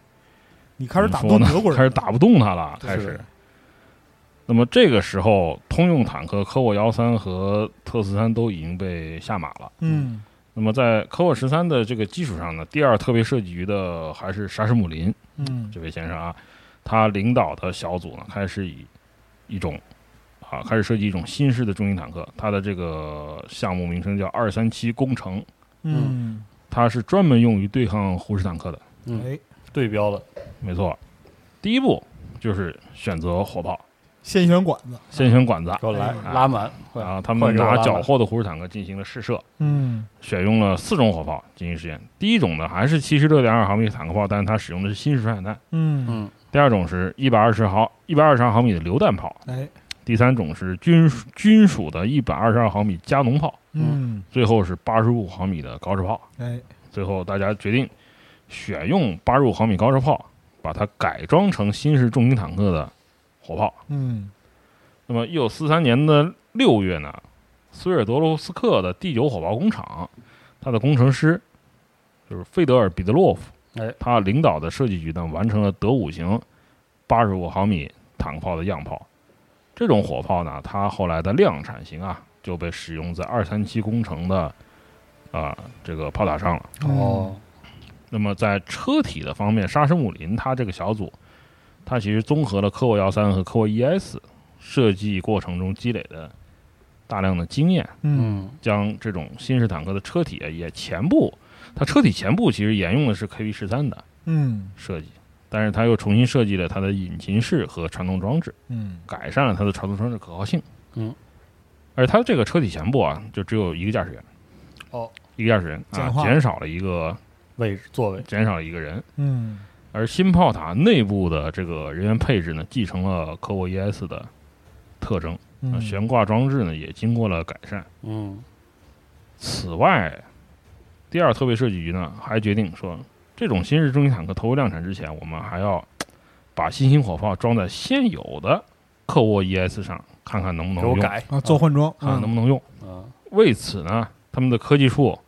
C: 你开始打
D: 怎
C: 动
D: 么说呢
C: 德国人，
D: 开始打不动他了，开
B: 是
D: 始。那么这个时候，通用坦克科沃幺三和特四三都已经被下马了。
C: 嗯
D: 那么在科沃十三的这个基础上呢，第二特别设计局的还是沙什姆林
C: 嗯
D: 这位先生啊，他领导的小组呢，开始以一种啊、啊，开始设计一种新式的重型坦克。它的这个项目名称叫二三七工程，
C: 嗯，
D: 它是专门用于对抗虎式坦克的。
B: 嗯，
C: 哎，
B: 对标了，
D: 没错，第一步就是选择火炮，
C: 先选管子，
D: 先选管子，
B: 给我来
D: 哎
B: 拉满，快
D: 然后他
B: 嗯快
D: 们
B: 给我
D: 拿
B: 拉满
D: 缴获的虎式坦克进行了试射，
C: 嗯
D: 选用了四种火炮进行实验。第一种呢，还是七十六点二毫米坦克炮，但是它使用的是新式反弹；
C: 嗯，
B: 嗯
D: 第二种是一百二十毫一百二十毫米的榴弹炮；
C: 哎，
D: 第三种是军属军属的一百二十二毫米加农炮；
C: 嗯
D: 最后是八十五毫米的高射炮。
C: 哎，
D: 最后大家决定选用八十五毫米高射炮，把它改装成新式重型坦克的火炮。
C: 嗯
D: 那么，一九四三年的六月呢，苏尔德罗斯克的第九火炮工厂，它的工程师就是费德尔·彼得洛夫，
B: 哎，
D: 他领导的设计局呢，完成了德五型八十五毫米坦克炮的样炮。这种火炮呢，它后来的量产型啊，就被使用在二三七工程的啊、这个炮塔上了。
C: 嗯
B: 哦，
D: 那么在车体的方面，沙什姆林他这个小组，他其实综合了科沃幺三和科沃 ES 设计过程中积累的大量的经验，
C: 嗯
B: 嗯
D: 将这种新式坦克的车体啊也前部，它车体前部其实沿用的是 KV 十三的
C: 嗯
D: 设计，但是它又重新设计了它的引擎室和传动装置，
C: 嗯
D: 改善了它的传动装置可靠性。
B: 嗯，
D: 而它这个车体前部啊，就只有一个驾驶员。
B: 哦，
D: 一个驾驶员啊
C: 简，化
D: 减少了一个
B: 位置座位，
D: 减少了一个人。
C: 嗯
D: 而新炮塔内部的这个人员配置呢，继承了科沃 ES 的特征，那
C: 嗯，
D: 悬挂装置呢也经过了改善。
B: 嗯
D: 此外，第二特别设计局呢还决定说，这种新式中型坦克投入量产之前，我们还要把新型火炮装在现有的科沃 ES 上，看看能不
B: 给
D: 能
B: 我
D: 用，
B: 改
C: 啊，做换装，
D: 看看能
C: 嗯
D: 不能用。
B: 啊，
D: 为此呢，他们的科技处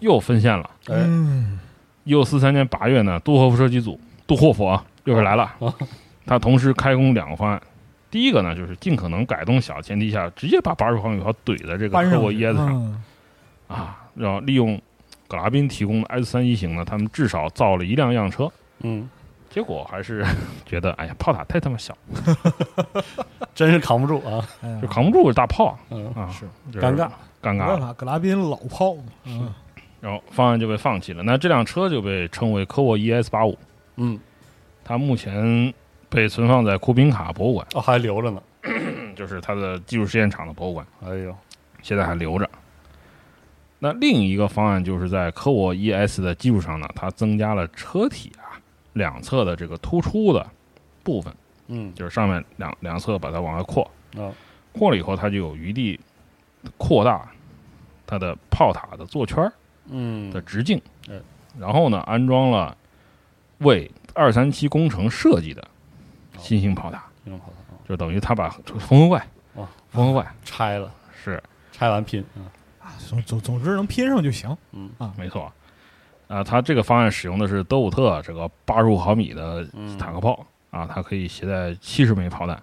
D: 又分线了。
B: 哎，
C: 嗯
D: 一九四三年八月呢，杜霍夫设计组，杜霍夫啊，又是来了
C: 哦
B: 啊。
D: 他同时开工两个方案，第一个呢就是尽可能改动小的前提下，直接把八十毫米炮怼在这个
C: 搬
D: 科
C: 上
D: 沃
C: 去
D: 椰子上
C: 嗯
D: 啊，然后利用葛拉宾提供的 S 三一型呢，他们至少造了一辆样车。
B: 嗯，
D: 结果还是 觉得，哎呀，炮塔太他妈小，
B: 真是扛不住啊，
C: 哎呀
D: 就扛不住大炮
B: 嗯，
D: 啊，
C: 是嗯
D: 就是
B: 尴尬，
D: 尴
C: 没
D: 尬
C: 办
D: 了。
C: 法，格拉宾老炮嘛，嗯
D: 然后方案就被放弃了。那这辆车就被称为科沃 ES 八五，
B: 嗯，
D: 它目前被存放在库宾卡博物馆，
B: 哦，还留着呢，
D: 就是它的技术实验场的博物馆。
B: 哎呦，
D: 现在还留着。那另一个方案就是在科沃 ES 的基础上呢，它增加了车体啊两侧的这个突出的部分，
B: 嗯
D: 就是上面两两侧把它往外扩，
B: 啊，
D: 扩了以后它就有余地扩大它的炮塔的座圈儿
B: 嗯
D: 的直径
B: 嗯。
D: 然后呢，安装了为二三七工程设计的
B: 哦
D: 新型炮塔，
B: 这种好看啊
D: 就等于它把缝合怪
B: 哦，
D: 缝合怪
B: 拆了，
D: 是
B: 拆完拼，嗯
C: 啊总总总之能拼上就行，
B: 嗯
D: 没错，啊，它这个方案使用的是德伍特这个八十五毫米的
B: 嗯，
D: 坦克炮啊，它可以携带七十枚炮弹，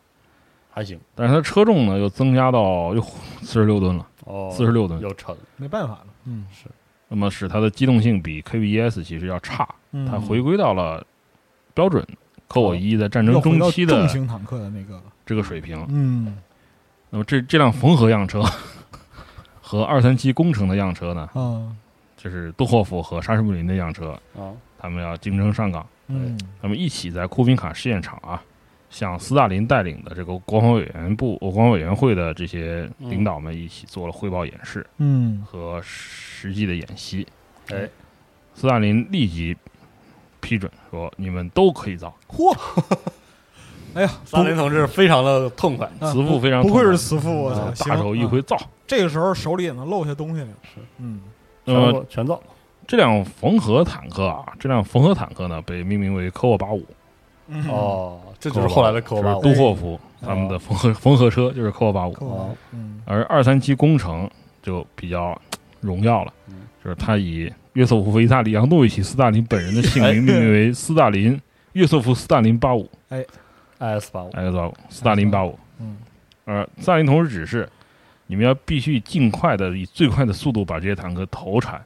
B: 还行，
D: 但是它车重呢又增加到又四十六吨了，
B: 哦，
D: 四十六吨，
B: 又沉，
C: 没办法了，嗯
D: 那么使它的机动性比 KVS 其实要差，
C: 嗯，哦
D: 它回归到了标准科沃伊在战
C: 要
D: 争
C: 回
D: 中
C: 到
D: 期
C: 重
D: 的
C: 型坦克的那个，
D: 这个水平。
C: 嗯
D: 那么这这辆缝合样车和二三七工程的样车呢，
C: 啊
D: 就是杜霍夫和沙什布林的样车，
B: 啊，
D: 他们要竞争上岗。
C: 嗯
D: 他们一起在库宾卡试验场啊，向斯大林带领的这个国防委员部、国防委员会的这些领导们一起做了汇报演示
C: 嗯
D: 和实际的演习。嗯
B: 哎，
D: 斯大林立即批准说：“你们都可以造。
C: 嚯，哎呀，
B: 三林同志非常的痛快，
C: 不”
D: 慈父非常
C: 不愧是
D: 痛快
C: 慈父，我操，
D: 大
C: 行
D: 手一，挥
C: 啊
D: 造。
C: 这个时候手里也能露下东西来，
B: 是
C: 嗯
D: 那
B: 全
D: 么
B: 部全造，
D: 这辆缝合坦克啊，这辆缝合坦克呢被命名为科沃八五，
C: 嗯，
B: 哦，这就是后来的科
D: 就
B: 沃哎
D: 是
B: 巴，
D: 杜霍夫他们的缝合缝合车就是科沃八五。
C: 够了，嗯
D: 而二三七工程就比较荣耀了
B: 嗯，
D: 就是他以约瑟夫·维萨里扬诺维奇·斯大林本人的姓
B: 哎
D: 名命名为斯大林约瑟夫·斯大林八五
B: 哎 S 八五，
D: X 八五斯大林八五。
C: 嗯
D: 而斯大林同志指示，你们要必须尽快的以最快的速度把这些坦克投产，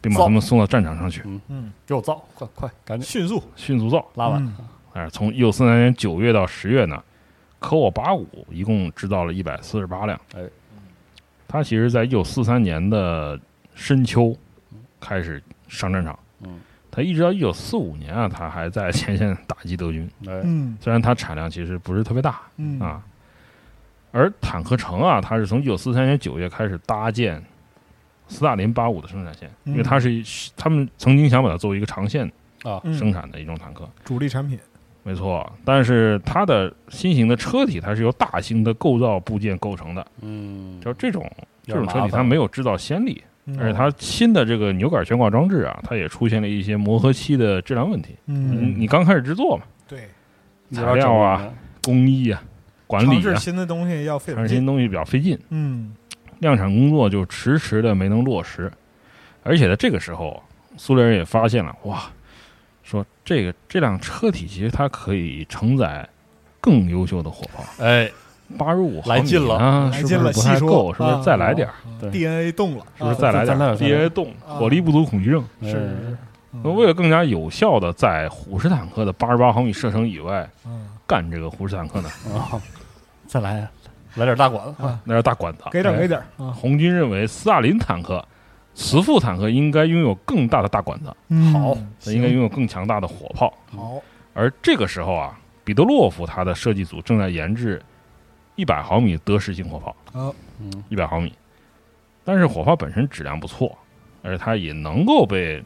D: 并把
B: 造
D: 他们送到战场上去，
C: 嗯，
B: 给我造，快快，赶紧
C: 迅速
D: 迅速造。
B: 拉完，
C: 嗯
D: 哎，从一九四三年九月到十月呢，科沃八五，一共制造了一百四十八辆。
B: 哎，
D: 它其实在一九四三年的深秋开始上战场，
B: 嗯，
D: 它一直到一九四五年啊，它还在前线打击德军。
B: 哎，
C: 嗯
D: 虽然它产量其实不是特别大
C: 嗯
D: 啊，而坦克城啊，它是从一九四三年九月开始搭建斯大林八五的生产线，因为它是他们曾经想把它作为一个长线
B: 啊，
C: 嗯
D: 生产的一种坦克。
C: 主力产品，
D: 没错，但是它的新型的车体它是由大型的构造部件构成的，
B: 嗯，
D: 就这种这
B: 有点
D: 种
B: 麻
D: 车
B: 烦
D: 体它没有制造先例，
C: 嗯
D: 而且它新的这个扭杆悬挂装置啊，它也出现了一些磨合期的质量问题。你
C: 嗯
D: 你刚开始制作嘛，
C: 对，
D: 材料啊，工艺啊，管
C: 尝
D: 理
C: 试
D: 啊，
C: 新的东西要费
D: 这
C: 点
D: 些
C: 劲，
D: 东西比较费劲，
C: 嗯
D: 量产工作就迟迟的没能落实，而且在这个时候，苏联人也发现了，哇，说这个这辆车体其实它可以承载更优秀的火炮。
B: 哎，
D: 八十五
B: 来劲了
D: 啊，
C: 来
D: 是不
C: 劲
D: 是
C: 了
D: 不太
C: 细说
D: 够？是不
C: 啊
D: 是再来点儿？
B: 对
C: ，DNA 动了，
D: 是不是
C: 啊
D: 再来点
B: 再来
D: 儿哎
B: 点儿
D: ？DNA 动，
C: 啊
D: 火力不足恐惧症。
C: 是是是，嗯
D: 那为了更加有效的在虎式坦克的八十八毫米射程以外
C: 嗯
D: 干这个虎式坦克呢，
B: 啊， 再来来点大管子，
C: 嗯
D: 那是大管子。
C: 啊给点儿
B: 哎
C: 给点儿啊，
D: 红军认为斯大林坦克、磁副坦克应该拥有更大的大管子，
B: 好
C: 嗯
D: 它应该拥有更强大的火炮。
C: 好，
D: 而这个时候啊，彼得洛夫他的设计组正在研制一百毫米德式型火炮。
C: 好，
B: 嗯，
D: 一百毫米，但是火炮本身质量不错，而且它也能够被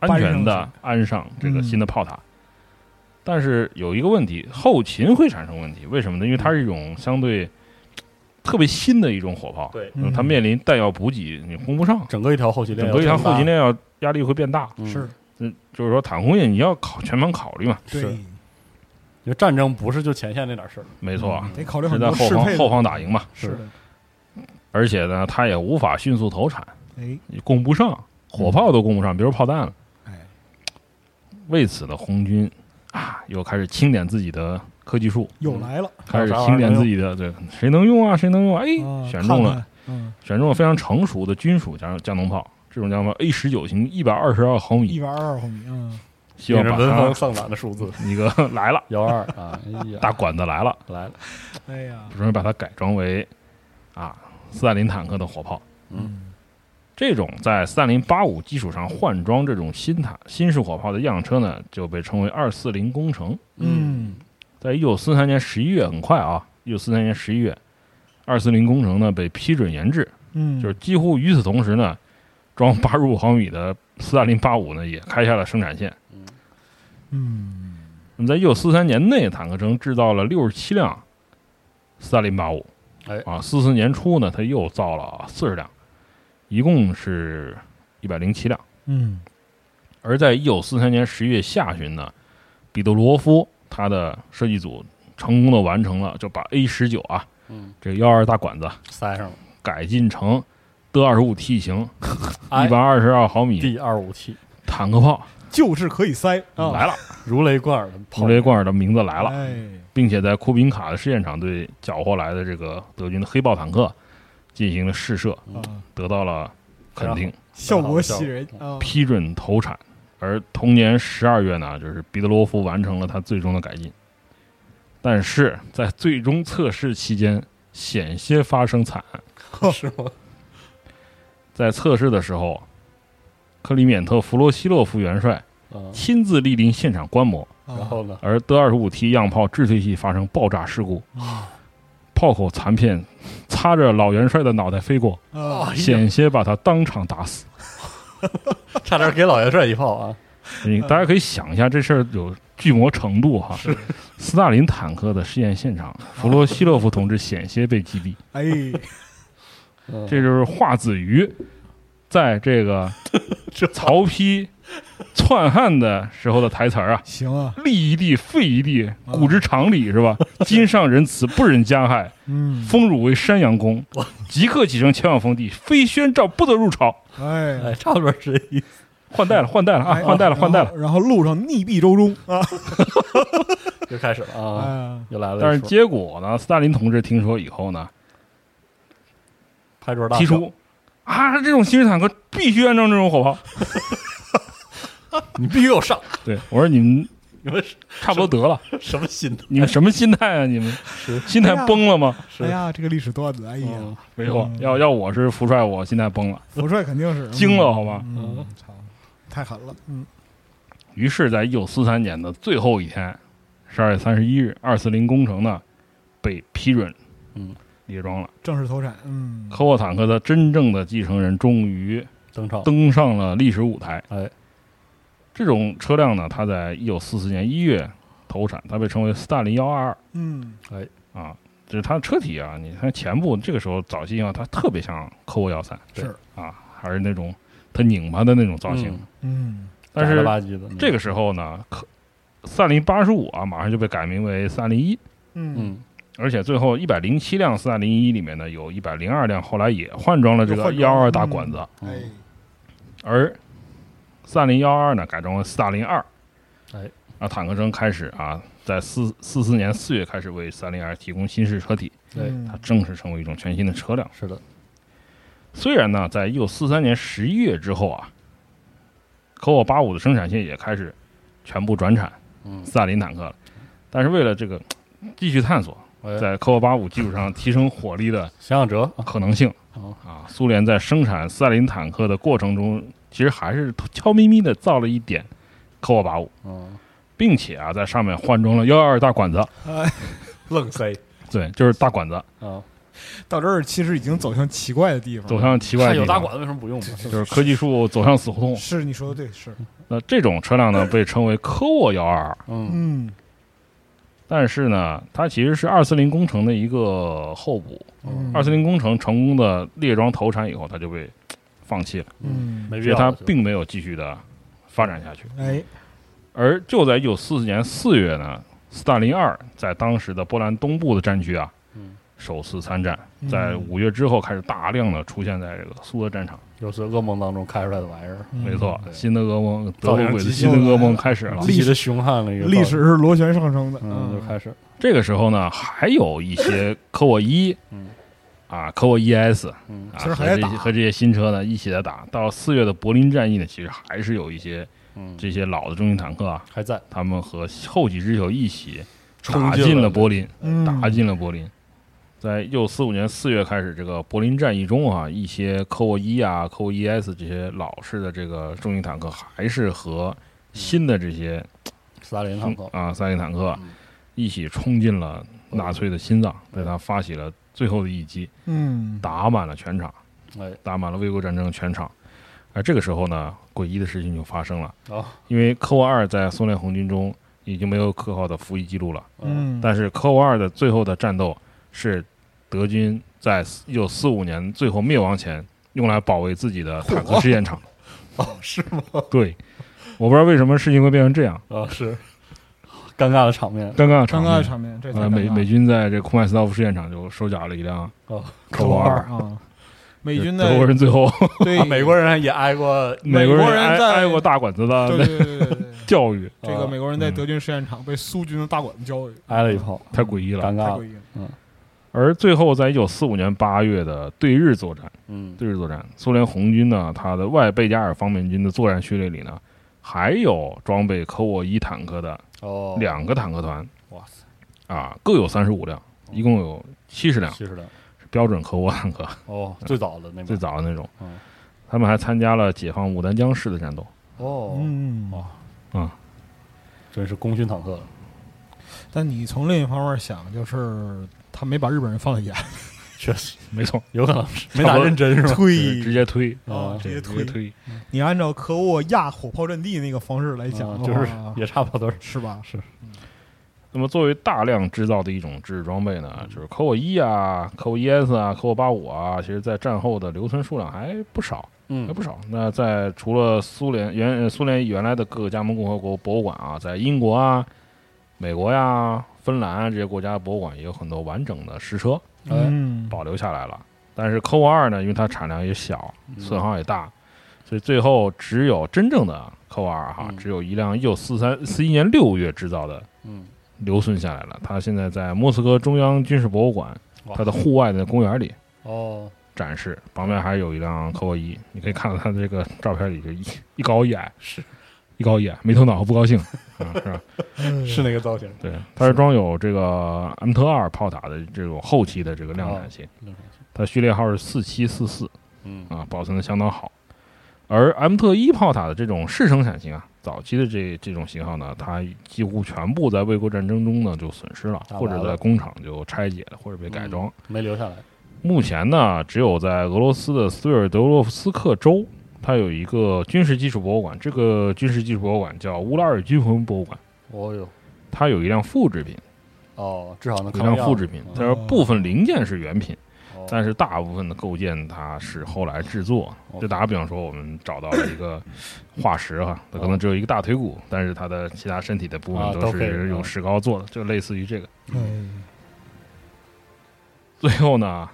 D: 安全的安上这
C: 嗯
D: 个新的炮塔。但是有一个问题，后勤会产生问题，为什么呢？因为它是一种相对特别新的一种火炮，嗯
B: 对，
D: 它面临弹药补给你供不上，
B: 整个一条后勤链要
D: 整个一
B: 更大，
D: 条后勤链要压力会变大。
B: 嗯
C: 是
D: 嗯，就是说坦克业你要考全盘考虑嘛，
B: 是
C: 对，
B: 因为战争不是就前线那点事儿，嗯
D: 没错，啊
C: 得考虑
D: 是
C: 嗯很
D: 在
C: 多
D: 后
C: 适配
D: 方
C: 的
D: 后方打赢嘛。
C: 是的，
D: 而且呢，它也无法迅速投产，
C: 哎
D: 你供不上，火炮都供不上，别说炮弹了。
C: 哎，
D: 为此呢，红军啊又开始清点自己的科技树，
C: 又来了，
D: 开始清点自己的对谁能用啊，谁能用啊？
C: 啊
D: 哎，选中，
C: 看
D: 了，
C: 看嗯，
D: 选中了非常成熟的军属加加农炮，这种加农炮 A 十九型一百二十二毫
C: 一
D: 米，
C: 百二十二毫米，嗯，
D: 希
B: 也
D: 望
B: 是
D: 把
B: 闻风
D: 它
B: 丧胆的数 字，
D: 一个来了，
B: 幺二啊，哎呀，
D: 大管子来了，
B: 来了，
C: 哎呀，
D: 准备把它改装为啊斯大林坦克的火炮。
C: 嗯
D: 这种在斯大林八五基础上换装这种新坦新式火炮的样车呢，就被称为二四零工程。
C: 嗯，
D: 在一九四三年十一月，很快啊，一九四三年十一月，二四零工程呢被批准研制，
C: 嗯，
D: 就是几乎与此同时呢，装八十五毫米的斯大林八五呢也开下了生产线。
C: 嗯
D: 那么在一九四三年内，坦克城制造了六十七辆斯大林八五，
B: 哎
D: 啊，四四年初呢，他又造了四十辆，一共是一百零七辆。
C: 嗯
D: 而在一九四三年十月下旬呢，彼得罗夫他的设计组成功的完成了，就把 A 十九啊，
B: 嗯，
D: 这个幺二大管子
B: 塞上了
D: 改进成德二十五 T 型
B: 哎
D: 一百二十二毫米
B: D 哦二五七，
D: 坦克炮
C: 就是可以塞啊，
D: 来了，
B: 如雷贯耳的炮
D: 普雷罐尔的名字来了，
C: 哎，
D: 并且在库宾卡的试验场对缴获来的这个德军的黑豹坦克进行了试射，
C: 啊，
D: 得到了肯定，
C: 效
D: 嗯
C: 果喜人啊，
D: 批准投产。而同年十二月呢，就是彼得罗夫完成了他最终的改进，但是在最终测试期间险些发生惨案。
B: 是 吗？
D: 在测试的时候，克里缅特·弗罗西洛夫元帅
B: 啊，
D: 亲自莅临现场观摩，
C: 啊
B: 然后 呢？
D: 而德二十五 T 样炮制退器发生爆炸事故，炮口残片擦着老元帅的脑袋飞过，
C: 啊，
D: 险些把他当场打死。
B: 差点给老元帅一炮啊！
D: 你大家可以想一下，这事儿有巨魔程度
C: 啊
D: 哈。斯大林坦克的试验现场，弗罗西洛夫同志险些被击毙，
C: 哎，
B: 嗯
D: 这就是华子瑜在这个曹丕篡汉的时候的台词儿啊。
C: 行啊，
D: 立一地，废一地，古之常理是吧？今上仁慈，不忍加害，
C: 嗯，
D: 封汝为山阳公，即刻启程前往封地，非宣诏不得入朝。
C: 哎
B: 哎，。差不多是这 意思。
D: 换代了，换代了啊
C: 哎！
D: 换代了，换代
C: 然
D: 了。
C: 后然后路上溺毙舟中啊，
B: 又开始了啊，
C: 哎
B: 又来了一出。
D: 但是结果呢？斯大林同志听说以后呢，
B: 拍桌大
D: 提
B: 笑
D: 出啊，这种新式坦克 必须安装这种火炮。
B: 你必须给我上，
D: 对我说你们
B: 你们是
D: 差不多得了。
B: 什么心态？
D: 你们什么心态啊？你们
B: 是
D: 心态崩了吗？
B: 是
C: 哎呀，这个历史段子，哎呀，
B: 嗯
D: 没有
C: 嗯，
D: 要要我是福帅，我心态崩了。
C: 福帅肯定是
D: 惊了好吧
C: 嗯，操，太狠了，嗯，
D: 于是，在一九四三年的最后一天，十二月三十一日，二四零工程呢被批准，
B: 嗯，
D: 列装了。
C: 正式投产，嗯，
D: 科沃坦克的真正的继承人终于
B: 登场，
D: 登上了历史舞台。
B: 哎，
D: 这种车辆呢，它在一九四四年一月投产，它被称为斯大林幺二
C: 嗯，
D: 二啊。就是它的车体啊，你看前部这个时候早期啊，它特别像科沃幺三
C: 是，
D: 啊，还是那种它拧巴的那种造型。
B: 嗯
C: 嗯，
D: 但
B: 杂
D: 是
B: 了吧唧的嗯
D: 这个时候呢，科三零八十五啊，马上就被改名为三零一，
C: 嗯，
B: 嗯，
D: 而且最后一百零七辆斯大林一里面呢，有一百零二辆后来也换装了这
C: 又
D: 个
C: 换
D: 幺
C: 装
D: 二
C: 了
D: 大管子，
B: 嗯
C: 哎，
D: 而三零幺二呢改成了斯大林二，
B: 哎，
D: 啊，坦克争开始啊，在四四四年四月开始为三零二提供新式车体，
B: 对，
C: 嗯
D: 它正式成为一种全新的车辆。
B: 是的，
D: 虽然呢，在一九四三年十一月之后啊，科沃八五的生产线也开始全部转产
B: 嗯，
D: 斯大林坦克了，但是为了这个继续探索，
B: 哎
D: 在科沃八五基础上提升火力的
B: 想想辙，
D: 可能性
B: 哦
D: 啊，苏联在生产斯大林坦克的过程中，其实还是悄咪咪的造了一点科沃八五，
B: 嗯，
D: 并且啊，在上面换装了幺二大管子，
C: 愣塞，
D: 对，就是大管子
B: 啊，
C: 到这儿其实已经走向奇怪的地方，
D: 走向奇怪
B: 看
D: 的
B: 嗯
D: 地
B: 有大
D: 方，
B: 管子为什么不用嘛？
D: 就是科技树走向死胡同。
C: 是你说的对，是，
D: 那这种 车辆呢，被称为科沃幺二二。
B: 嗯
C: 嗯
D: 但是呢，它其实是二四零工程的一个候补。
C: 嗯，
D: 二四零工程成功的列装投产以后，它就被放弃了，
C: 嗯，
B: 没必
D: 所以
B: 要，
D: 它
B: 就
D: 并没有继续的发展下去。
C: 哎，
D: 而就在一九四四年四月呢，斯大林二在当时的波兰东部的战区啊
B: 嗯，
D: 首次参战，
C: 嗯
D: 在五月之后开始大量的出现在这个苏俄战场。
B: 又是噩梦当中开出来的玩意儿，
C: 嗯
D: 没错，
B: 对
D: 新的噩梦，
B: 造
D: 德国
B: 成
D: 鬼子
B: 极
D: 新
C: 限
D: 的噩梦
C: 了
D: 开始了。
C: 历史
B: 极其的凶悍了一个
C: 历史，是螺旋上升的，
B: 嗯，就开始，
D: 这个时候呢，还有一些科沃一
B: 嗯
D: 啊，科沃 ES
B: 嗯
D: 啊，
C: 其实
D: 和
C: 还在
D: 这些
C: 打
D: 和这些新车呢一起在打。到四月的柏林战役呢，其实还是有一些
B: 嗯，
D: 这些老的中型坦克啊，
B: 还在
D: 他们和后起之秀一起
B: 冲
D: 打进了柏林，
C: 嗯，
D: 打进了柏林。在一九四五年四月开始，这个柏林战役中啊，一些科沃一啊、科沃 ES 这些老式的这个重型坦克，还是和新的这些
B: 斯大林坦
D: 中
B: 克，
D: 啊三型坦克
B: 嗯
D: 一起冲进了纳粹的心脏，对他发起了最后的一击，
C: 嗯，
D: 打满了全场，
B: 哎，
D: 打满了卫国战争全场。而这个时候呢，诡异的事情就发生了，
B: 啊，
D: 因为科沃二在苏联红军中已经没有可靠的服役记录了。
B: 嗯，
C: 嗯，
D: 但是科沃二的最后的战斗是德军在一九四五年最后灭亡前用来保卫自己的坦克试验场。
B: 哦，是吗？
D: 对，我不知道为什么事情会变成这样，
B: 啊，是尴尬的场 面，
D: 尴尬的
C: 尴
D: 场
C: 尬的
D: 面。
C: 场面，这太
D: 呃，
C: 尴
D: 美
C: 尬
D: 美军在这库曼斯道夫试验场就收缴了一辆
B: 哦，
D: 科
C: 了
D: 沃二，
C: 啊，美军
D: 德国
C: 的
D: 人最后
C: 对
B: 美国人也挨 过，
D: 美国
C: 国
D: 人
C: 人
D: 挨
C: 在
D: 挨过大管子
C: 对
D: 的
C: 对对对对，
D: 教育，
C: 这个
B: 啊
C: 美国人在
D: 嗯
C: 德军试验场被苏军的大管子教育，
B: 挨了一炮，
D: 太诡异了
B: 尴。
C: 太
B: 尬
C: 诡
B: 了，
C: 异了，
D: 而最后，在一九四五年八月的对日作战，
B: 嗯，
D: 对日作战，苏联红军呢，它的外贝加尔方面军的作战序列里呢，还有装备科沃伊坦克的
B: 哦，，
D: 两个坦克团
B: 哇塞，哦
D: 啊，各有三十五辆，一共有七十辆，
B: 七十辆，
D: 是标准科沃坦克，
B: 哦，最早的那
D: 最
B: 边，
D: 早的那种
B: 嗯。
D: 他们还参加了解放牡丹江市的战斗，
B: 哦，
C: 嗯
B: 哦
D: 嗯，
B: 真是功勋坦克了，
C: 但你从另一方面想，就是他没把日本人放 在眼，
B: 确实
D: 没错，
B: 有可能是没
D: 差
B: 打
D: 嗯不多
B: 认真是吧？
D: 就是直接推，
C: 啊，
B: 啊
C: 直接
D: 对
C: 推
D: 直接。推，
C: 你按照科沃亚火炮阵地那个方式来讲
B: 啊
C: 的话，
B: 就是也差不多，
C: 是吧？
D: 那么，作为大量制造的一种制式装备呢，就是科沃一啊、科沃 ES 啊、科沃八五啊，其实在战后的留存数量还不少，还
B: 嗯
D: 啊不少。那在除了苏联原呃苏联原来的各个加盟共和国博物馆啊，在英国啊、美国呀、芬兰啊这些国家的博物馆也有很多完整的实车
B: 哎，
C: 嗯，
D: 保留下来了。但是科沃二呢，因为它产量也小，
B: 嗯
D: 损耗也大，所以最后只有真正的科沃二哈，
B: 嗯
D: 只有一辆一九四三四一年六月制造的
B: 嗯，
D: 留存下来了。它现在在莫斯科中央军事博物馆
B: 哇
D: 它的户外的公园里
B: 哦，
D: 展示，E， 旁边还有一辆科沃伊，你可以看到它这个照片里就一一高一矮，
B: 是
D: 一高一矮，没头脑和不 高兴，啊，是吧？
C: 哎
B: 是那个造型。
D: 对，它是装有这个 M 特二炮塔的这种后期的这个量产型，
B: 哦量产
D: 它序列号是四七四四
B: 嗯
D: 啊，保存的相当好。而 M 特一炮塔的这种试生产型啊，早期的这这种型号呢，它几乎全部在卫国战争中呢就损失了，
B: 打
D: 或者
B: 完
D: 在
B: 了
D: 工厂就拆解了，或者被改装。
B: 没留下
D: 嗯
B: 来。
D: 目前呢，只有在俄罗斯的斯维尔德洛夫斯克州，它有一个军事技术博物馆。这个军事技术博物馆叫乌拉尔军魂博物馆，
B: 哦哟，
D: 它有一辆复制品，
B: 哦，至少能
D: 有一
B: 看到
D: 辆复制品。它
C: 在
D: 说部分零件是原品，
B: 哦
D: 但是大部分的构件它是后来制作。
B: 哦
D: 就打个比方说，我们找到了一个化石哈，它可能只有一个大腿骨，但是它的其他身体的部
B: 哦啊
D: 分
B: 都
D: 都
B: 可以
D: 是用
B: 啊
D: 石膏做的，就类似于这个。
C: 嗯，
D: 最后呢，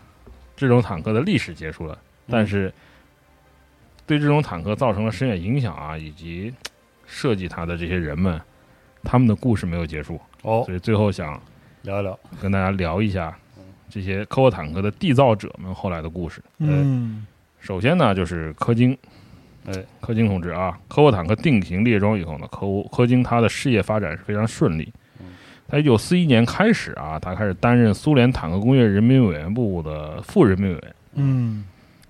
D: 这种坦克的历史结束了，
B: 嗯
D: 但是对这种坦克造成了深远影响啊，以及嘖设计它的这些人们，他们的故事没有结束，
B: 哦，
D: 所以最后想
B: 聊一聊，
D: 跟大家聊一下这些科沃坦克的缔造者们后来的故事。
C: 嗯，
D: 首先呢，就是柯京，
B: 哎，
D: 柯京同志啊，科沃坦克定型列装以后呢，柯柯京他的事业发展是非常顺利
B: 嗯。
D: 他一九四一年开始啊，他开始担任苏联坦克工业人民委员部的副人民委员。
C: 嗯，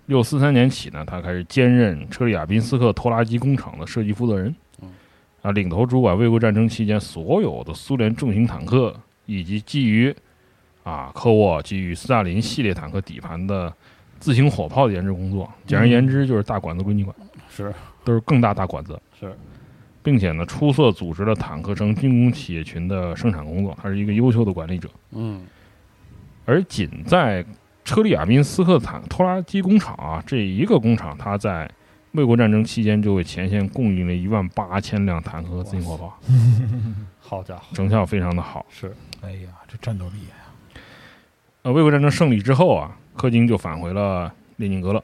D: 六四三年起呢，他开始兼任车里亚宾斯克拖拉机工厂的设计负责人
B: 嗯，
D: 啊，领头主管卫国战争期间所有的苏联重型坦克以及基于啊科沃基于斯大林系列坦克底盘的自行火炮的研制工作。简而言之，就是大管子归你管，
B: 是
D: 都是更大大管子，
B: 嗯是，
D: 并且呢，出色组织了坦克城军工企业群的生产工作。他是一个优秀的管理者。
B: 嗯，
D: 而仅在车里亚宾斯克坦拖拉机工厂啊这一个工厂，它在卫国战争期间就为前线供应了一万八千辆坦克和自行火炮，
B: 好家伙，
D: 成效非常的好。
B: 是
C: 哎呀，这战斗力啊，
D: 呃，卫国战争胜利之后啊，柯金就返回了列宁格勒，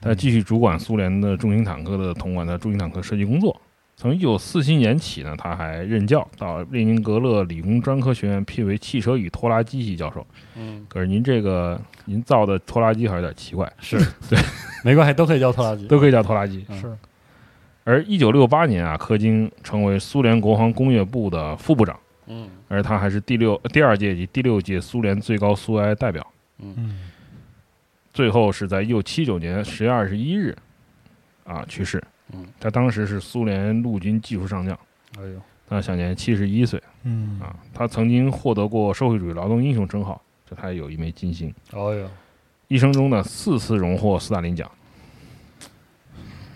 D: 他继续主管苏联的重型坦克的统管的重型坦克设计工作。从一九四七年起呢，他还任教，到列宁格勒理工专科学院聘为汽车与拖拉机系教授。
B: 嗯
D: 可是您这个您造的拖拉机还有点奇怪，
B: 是，对，没关系，都可以叫拖拉机。
D: 都可以叫拖拉机。
B: 嗯
C: 是，
D: 而一九六八年啊，柯金成为苏联国防工业部的副部长，
B: 嗯
D: 而他还是第六呃第二届及第六届苏联最高苏维埃代表。
C: 嗯，
D: 最后是在一九七九年十月二十一日，啊去世
B: 嗯。
D: 他当时是苏联陆军技术上将，
B: 哎呦，
D: 他享年七十一岁
C: 嗯，
D: 啊。他曾经获得过社会主义劳动英雄称号，这他也有一枚金星。
B: 哎呦，
D: 一生中呢，四次荣获斯大林奖，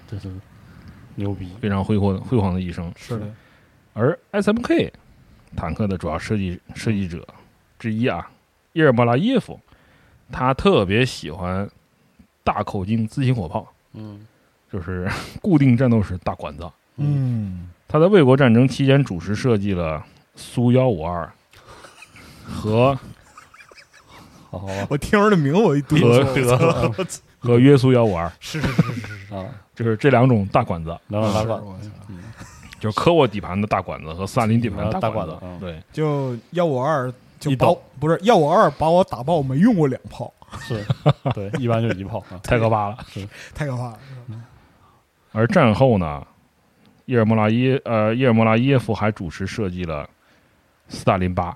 B: 这是牛逼，
D: 非常辉煌辉煌的一生。
C: 是的，
D: 而 SMK 坦克的主要设计设计者之一啊，伊尔巴拉耶夫，他特别喜欢大口径自行火炮，
B: 嗯
D: 就是 固定战斗室大管子。
C: 嗯，
D: 他在卫国战争期间主持设计了苏幺五二 和
B: 好好啊
C: 我听着这名我一读，
D: 和
C: 我操
D: 和约苏幺五二，
C: 是是是是是，
B: 啊，
D: 就是这两种大管子，
B: 聊聊
C: 是
B: 打管，
C: 我操
B: 嗯
D: 就是科沃底盘的大管子和斯大林底盘的
B: 大
D: 管
B: 管
D: 子
B: 子。嗯
D: 对，
C: 就幺五二就
B: 一
C: 把
B: 刀
C: 我不是幺五二把我打爆，没用过两炮，
D: 嗯
B: 是，对，一般就一炮啊，
D: 太可怕了。
C: 太可怕了，
D: 而战后呢，叶尔莫拉耶呃叶尔莫拉耶夫还主持设计了斯大林八，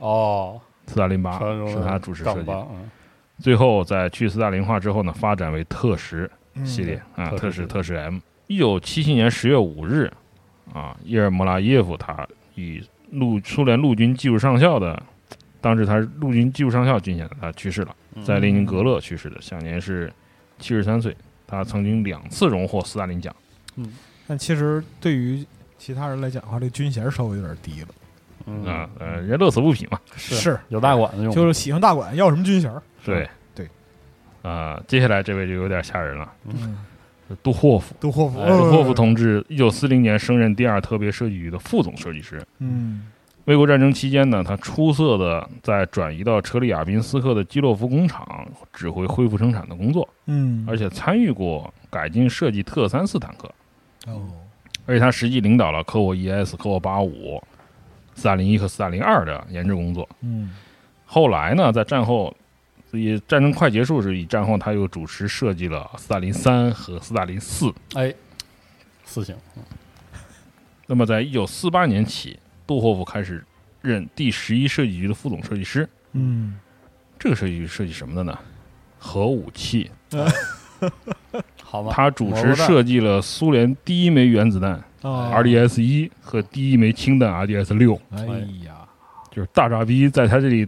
B: 哦，
D: 斯大林八
B: 传说
D: 啊是他主持设
B: 杠
D: 计
B: 八
D: 的。
B: 嗯
D: 最后在去斯大林化之后呢，发展为特什
C: 嗯
D: 系列、啊，特
B: 特
D: 什
B: 什
D: 特什 M。一九七七年十月五日，啊，叶尔莫拉耶夫他以陆苏联陆军技术上校的，当时他是陆军技术上校军衔的，他去世了，
B: 嗯
D: 在列宁格勒去世的，享年是七十三岁。他曾经两次荣获斯大林奖。
C: 但其实对于其他人来讲的话，这军衔稍微有点低了。
D: 啊
B: 嗯，，
D: 呃，人家乐此不疲嘛。
C: 是
B: 有大管子用，
C: 就是喜欢大管，要什么军衔儿？
D: 对
C: 对，
D: 啊，接下来这位就有点吓人了，
C: 嗯，
D: 杜霍夫。
C: 杜霍夫，
B: 哎
D: 杜
C: 杜
D: 霍夫，同志，一九四零年升任第二特别设计局的副总设计师。
C: 嗯
D: 卫国战争期间呢，他出色的在转移到车里亚宾斯克的基洛夫工厂指挥恢复生产的工作，
C: 嗯，
D: 而且参与过改进设计特三四坦克，
C: 哦，
D: 而且他实际领导了科沃 ES、科沃，E 八五、斯大林一和斯大林二的研制工作。
C: 嗯
D: 后来呢，在战后，以战争快结束时，以战后他又主持设计了斯大林三和斯大林四。
B: 哎，四星，
D: 那么，在一九四八年起，杜霍夫开始任第十一设计局的副总设计师。
C: 嗯，
D: 这个设计局设计什么的呢？核武器。
B: 好吧，
D: 他主
B: 蘑
D: 持
B: 菇蛋
D: 设计了苏联第一枚原子弹
C: 哦
D: RDS 一和第一枚氢弹 RDS 六，
C: 哎呀，
D: 就是大傻逼在他这里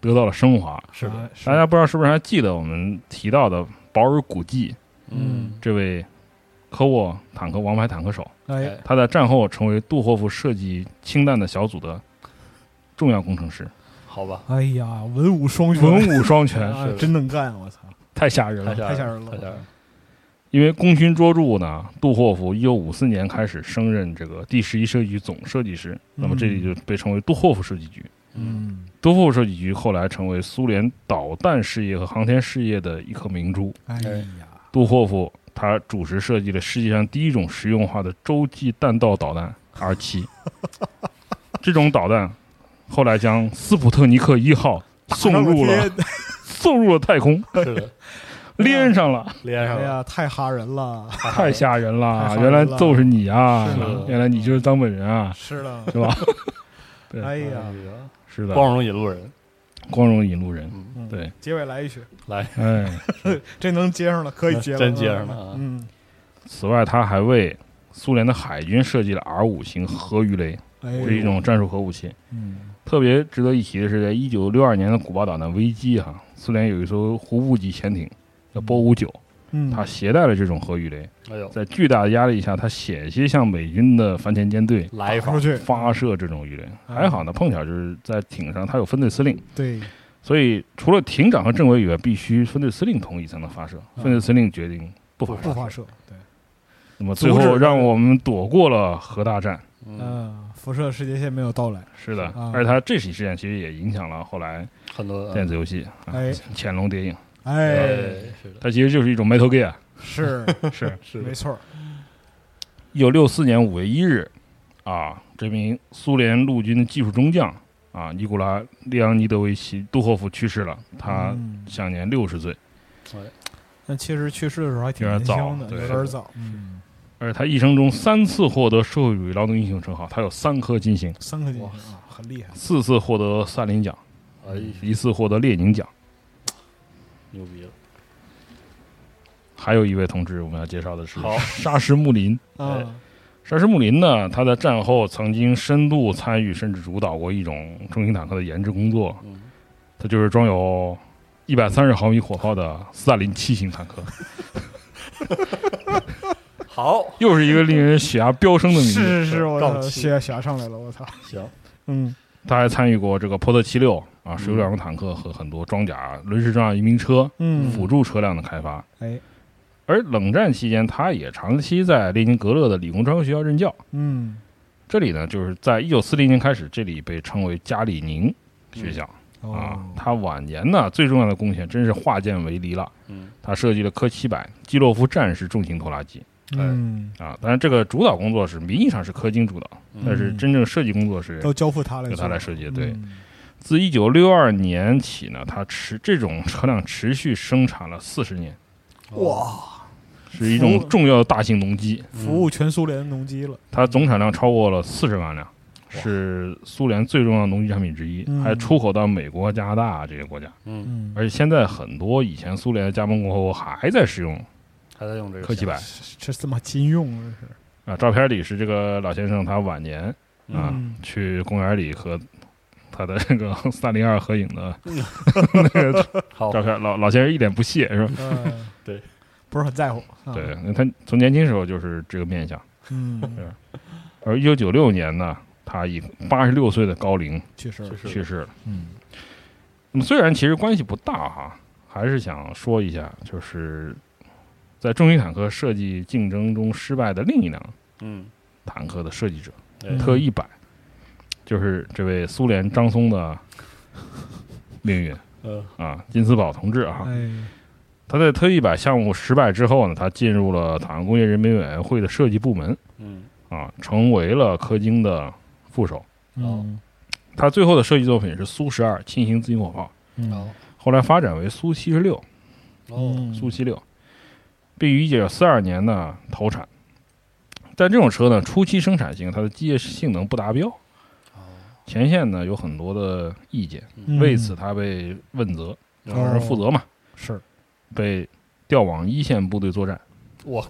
D: 得到了升华。
B: 是的，
C: 啊
D: 大家不知道是不是还记得我们提到的保尔古纪
B: 嗯，
D: 这位科沃坦克王牌坦克手？
C: 哎，
D: 他在战后成为杜霍夫设计氢弹的小组的重要工程师，
B: 好吧，
C: 哎呀，文武双全，
D: 文武双 全，
C: 啊
B: 是的
C: 真能干，我操，
D: 太吓人
B: 太
D: 了。
B: 吓
C: 太吓
B: 人
C: 人了
B: 太吓人了，
D: 因为功勋卓著呢，杜霍夫一九五四年开始升任这个第十一设计局总设计师，那么这里就被称为杜霍夫设计局。
B: 嗯，
C: 嗯，
D: 杜霍夫设计局后来成为苏联导弹事业和航天事业的一颗明珠。
C: 哎
B: 哎
C: 呀，
D: 杜霍夫他主持设计了世界上第一种实用化的洲际弹道导弹 R 七，这种导弹后来将斯普特尼克一号送入了
C: 天，
D: 送入了 太空，
B: 是的，
D: 连上了，
B: 连上
C: 哎
B: 了，
C: 呀，太吓人了，
D: 太吓人
C: 太
D: 了！
C: 吓人
D: 原来
C: 了
D: 就是你啊
C: 是
B: 的，
D: 原来你就是张本人啊，
C: 是的，
D: 是吧？
C: 哎
B: 哎
C: 呀，
B: 呀，
D: 是的，
B: 光荣引路人，
D: 光荣引路人，
B: 嗯，
C: 嗯
D: 对，
C: 结尾来一句，
D: 哎。
C: 这能接上了，可以接了，
B: 真接上了啊
C: 嗯，
D: 此外，他还为苏联的海军设计了 R 五型核鱼雷，
C: 哎
D: 这
C: 呦，
D: 是一种战术核武器。
C: 嗯，
D: 特别值得一提的是，在一九六二年的古巴导弹危机哈，苏联有一艘胡布级潜艇叫波五九，
C: 嗯，
D: 它携带了这种核鱼雷，
B: 哎呦，
D: 在巨大的压力下，它险些向美军的反潜舰队
B: 来一发
C: 出，去
D: 发，射这种鱼雷。还好呢，碰巧就是在艇上，它有分队司令，
C: 对，
D: 所以除了艇长和政委以外，必须分队司令同意才能发射。
C: 嗯
D: 分队司令决定不发
C: 不
D: 射，
C: 发射，对，
D: 那么最
C: 阻止
D: 后让我们躲过了核大战。
B: 嗯，
C: 嗯，辐射世界线没有到来，
D: 是的
C: 啊，
D: 而且它这起事件其实也影响了后来
B: 很多，嗯
D: 电子游戏，啊
C: 哎
D: 潜龙谍影，
C: 哎，，
B: 是的，
D: 它其实就是一种 Metal Gear。
C: 是
D: 是
B: 是
C: 没
B: 的，
C: 错儿，
D: 一九六四年五月一日，啊，这名苏联陆军的技术中将啊，尼古拉·列昂尼德维奇·杜霍夫去世了，他
C: 嗯
D: 享年六十岁。
B: 哎
C: 那其实去世的时候还挺
D: 有点
C: 年
D: 早
C: 轻的，
D: 对
C: 有点早，嗯，而
D: 而他一生中三次获得社会主义劳动英雄称号，他有三颗金星，
C: 三颗金
B: 哇
C: 星啊，很厉害，
D: 四次获得萨林奖，呃
B: 哎呀，
D: 一次获得列宁奖。
B: 牛逼了，
D: 还有一位同志我们要介绍的是
B: 好
D: 沙什穆林。
C: 啊，
D: 沙什穆林呢，他在战后曾经深度参与甚至主导过一种重型坦克的研制工作，
B: 嗯，
D: 它就是装有一百三十毫米火炮的斯大林七型坦克，
B: 好，
D: 又是一个令人血压飙升的名
C: 是
D: 字。
C: 是是，我
B: 杠
C: 操，
B: 七
C: 血血压上来了， 我操，
B: 行，
C: 嗯，
D: 他还参与过这个波特七六啊、水陆两用坦克和很多装甲轮式装甲移民车、
C: 嗯
D: 辅助车辆的开发。
C: 哎，
D: 而冷战期间，他也长期在列宁格勒的理工专科学校任教。
C: 嗯，
D: 这里呢，就是在一九四零年开始，这里被称为加里宁学校。啊，
C: 哦，
D: 他晚年呢最重要的贡献真是化剑为犁了。
B: 嗯，
D: 他设计了科七百基洛夫战士重型拖拉机
C: 嗯，
D: 啊，当然这个主导工作是名义上是科经主导，
B: 嗯
D: 但是真正设计工作是
C: 都交付他来做，
D: 由哎他来设计的。对，
C: 嗯
D: 自一九六二年起呢，他持这种车辆持续生产了四十年，
C: 哇，
D: 是一种重要的大型农机，
B: 嗯
C: 服务全苏联农机了，
D: 它总产量超过了四十万辆。是苏联最重要的农机产品之一，
C: 嗯
D: 还出口到美国、加拿大、这些国家。
B: 嗯，
C: 嗯，
D: 而且现在很多以前苏联的加盟共和国还在使用
B: 还在用这个
D: 科技
C: 哎
B: 版，
D: 版
C: 这是他妈金用，这是
D: 啊。照片里是这个老先生他晚年啊、
C: 嗯
D: 去公园里和他的这个 三零二合影的
B: 嗯
D: 那个
B: 好
D: 照，片，老老先生一脸不屑是吧？
C: 嗯
B: 对，
C: 不是很在乎，啊
D: 对，，因为他从年轻时候就是这个面相。
C: 嗯，
D: 而一九九六年呢，他以八十六岁的高龄
C: 确实
B: 确，实
D: 去世了。
C: 嗯，
D: 那么虽然其实关系不大哈，还是想说一下，就是在重型坦克设计竞争中失败的另一辆
B: 嗯，
D: 坦克的设计者
B: 哎
D: 特一百，就是这位苏联张松的命运
B: 呃，
D: 啊，金斯堡同志啊。
C: 哎，
D: 他在特一百项目失败之后呢，他进入了坦克工业人民委员会的设计部门
B: 嗯，
D: 啊，成为了科经的副手。
C: 嗯，
D: 他最后的设计作品是苏十二轻型自行火炮，
C: 嗯
B: 好，
D: 后来发展为苏七十六、
B: 哦，
D: 苏七六，并于一九四二年呢投产。但这种车呢，初期生产型它的机械性能不达标，前线呢有很多的意见，
C: 嗯
D: 为此他被问责，
B: 哦
D: 当然负责嘛，
C: 是
D: 被调往一线部队作战。
B: 我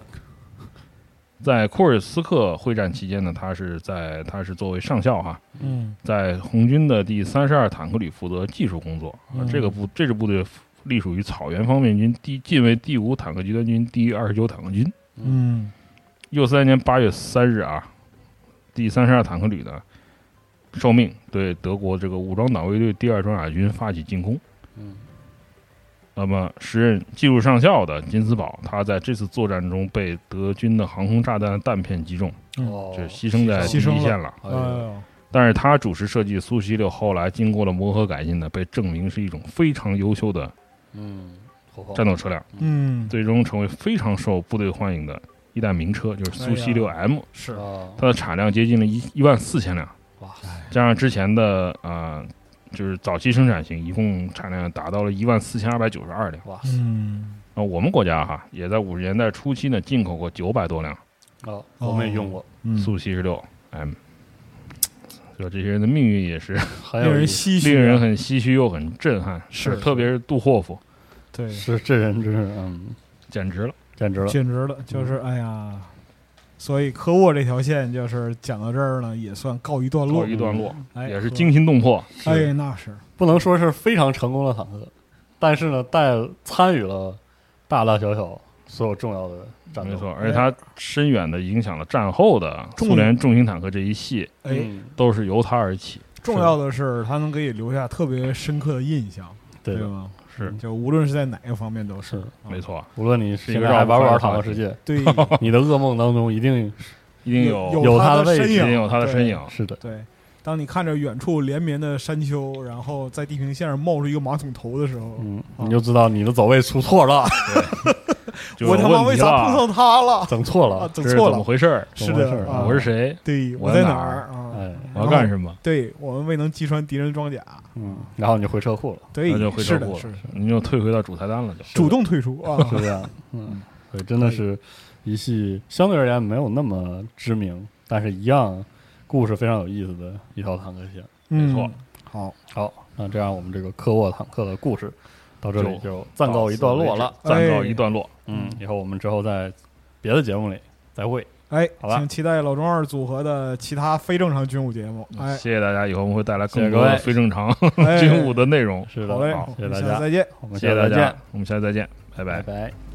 D: 在库尔斯克会战期间呢，他是在他是作为上校哈，
C: 嗯
D: 在红军的第三十二坦克旅负责技术工作。啊
C: 嗯，
D: 这个部这支部队隶属于草原方面军第近卫第五坦克集团军第二十九坦克军。
C: 嗯
D: 六三年八月三日啊，第三十二坦克旅呢，受命对德国这个武装党卫队第二装甲军发起进攻。
B: 嗯
D: 那么，时任技术上校的金斯堡，他在这次作战中被德军的航空炸弹弹片击中，
B: 哦，
D: 嗯就牺牲在第
C: 牺牲
D: 一
C: 了
D: 线了。
B: 哎
C: 哎
B: 呦
C: 呦
D: 但是他主持设计的苏 -76 后来经过了磨合改进呢，被证明是一种非常优秀的
B: 嗯，火炮
D: 战斗车辆，
C: 嗯
D: 最终成为非常受部队欢迎的一代名车，就是苏 -76 M，
C: 是
B: 啊，
D: 它的产量接近了一一万四千辆，
B: 哇，
D: 加上之前的啊、呃就是早期生产型，一共产量达到了一万四千二百九十二辆。
B: 哇，
C: 嗯
D: 啊，我们国家哈也在五十年代初期呢进口过九百多辆
B: 啊，我们也用过，
C: 嗯
D: 苏七十六 M，所以这些人的命运也是
B: 很
C: 令
B: 有
C: 人
B: 意思，
C: 唏嘘
D: 令
C: 啊，
D: 人很唏嘘又很震撼，
C: 是
D: 特别是杜霍夫，
C: 对
B: 是这人真是嗯，
D: 简直了。
B: 简直了，
C: 简直了，就是
D: 嗯
C: 哎呀，所以科沃这条线就是讲到这儿呢，也算告一段落
D: 落，一段落，
C: 哎，
D: 也是惊心动魄。
C: 和，哎，那是
B: 不能说是非常成功的坦克，但是呢，带参与了大大小小所有重要的战斗，
D: 没错，而且它深远的影响了战后的
C: 嗯哎重
D: 苏联重型坦克这一系，
C: 哎，
B: 嗯，
D: 都是由它而起。
C: 重要的是它能给你留下特别深刻的印象，
B: 对的，
C: 吗？
D: 是，
C: 就无论是在哪个方面都是，
B: 是
C: 啊
D: 没，错，
B: 无论你
D: 是
B: 现
D: 一
B: 在
D: 个
B: 还
D: 绕不
B: 玩不玩
D: 开的
B: 《坦克
D: 话题
B: 世界
C: 对，》，
B: 你的噩梦当中一定
D: 一定
C: 有
B: 有
C: 它
B: 它的位置
C: 身
D: 一
C: 影，
D: 定有它的
C: 对
D: 身影。
B: 是的，
C: 对，当你看着远处连绵的山丘，然后在地平线上冒出一个马桶头的时候，
B: 嗯，你就知道你的走位出错了，
D: 就
C: 我
D: 有
C: 他妈
D: 问
C: 为
D: 题
C: 啥
D: 了
C: 碰上他 了？
B: 整错
C: 啊，
B: 了，
C: 整
D: 这是
C: 错
D: 怎么
C: 了，
D: 回事儿？
C: 是
B: 怎么回
C: 的，
B: 事
C: 啊
D: 我是谁？
C: 对，
D: 我
C: 我
D: 在
C: 哪
D: 哪儿
C: 啊？
B: 哎，
D: 我要干什么？
C: 对我们未能击穿敌人装甲，
B: 嗯，然后你就回车库了，
C: 对，
D: 那就回
C: 是
D: 头
C: 的，
D: 过
C: 是
D: 了
C: 的，
D: 你就退回到主菜单了，就
C: 主动退 出啊，
B: 是这样，嗯，对，真的是一系相对而言没有那么知名，但是一样故事非常有意思的一条坦克线。
C: 没
D: 错，
C: 好，
B: 好，那这样我们这个科沃坦克的故事到这里就暂告一段落了。
D: 暂告一段落。
C: 哎
B: 嗯，以后我们之后在别的节目里再会。
C: 哎，
B: 好吧
C: 请期待老中二组合的其他非正常军武节 目，哎，
D: 嗯谢谢大家，以后我们会带来
B: 谢
D: 更
B: 谢
D: 多
B: 各
D: 的
B: 位
D: 非正常
C: 哎
D: 军武的内容。
B: 是的，
C: 好嘞
B: 好，，谢谢大
C: 我们下次
B: 家，
C: 再见。
B: 我们
D: 谢谢
B: 下
D: 大
B: 次再
D: 家
B: 见，，
D: 我们下次再见，拜
B: 拜
D: 拜。
B: 拜。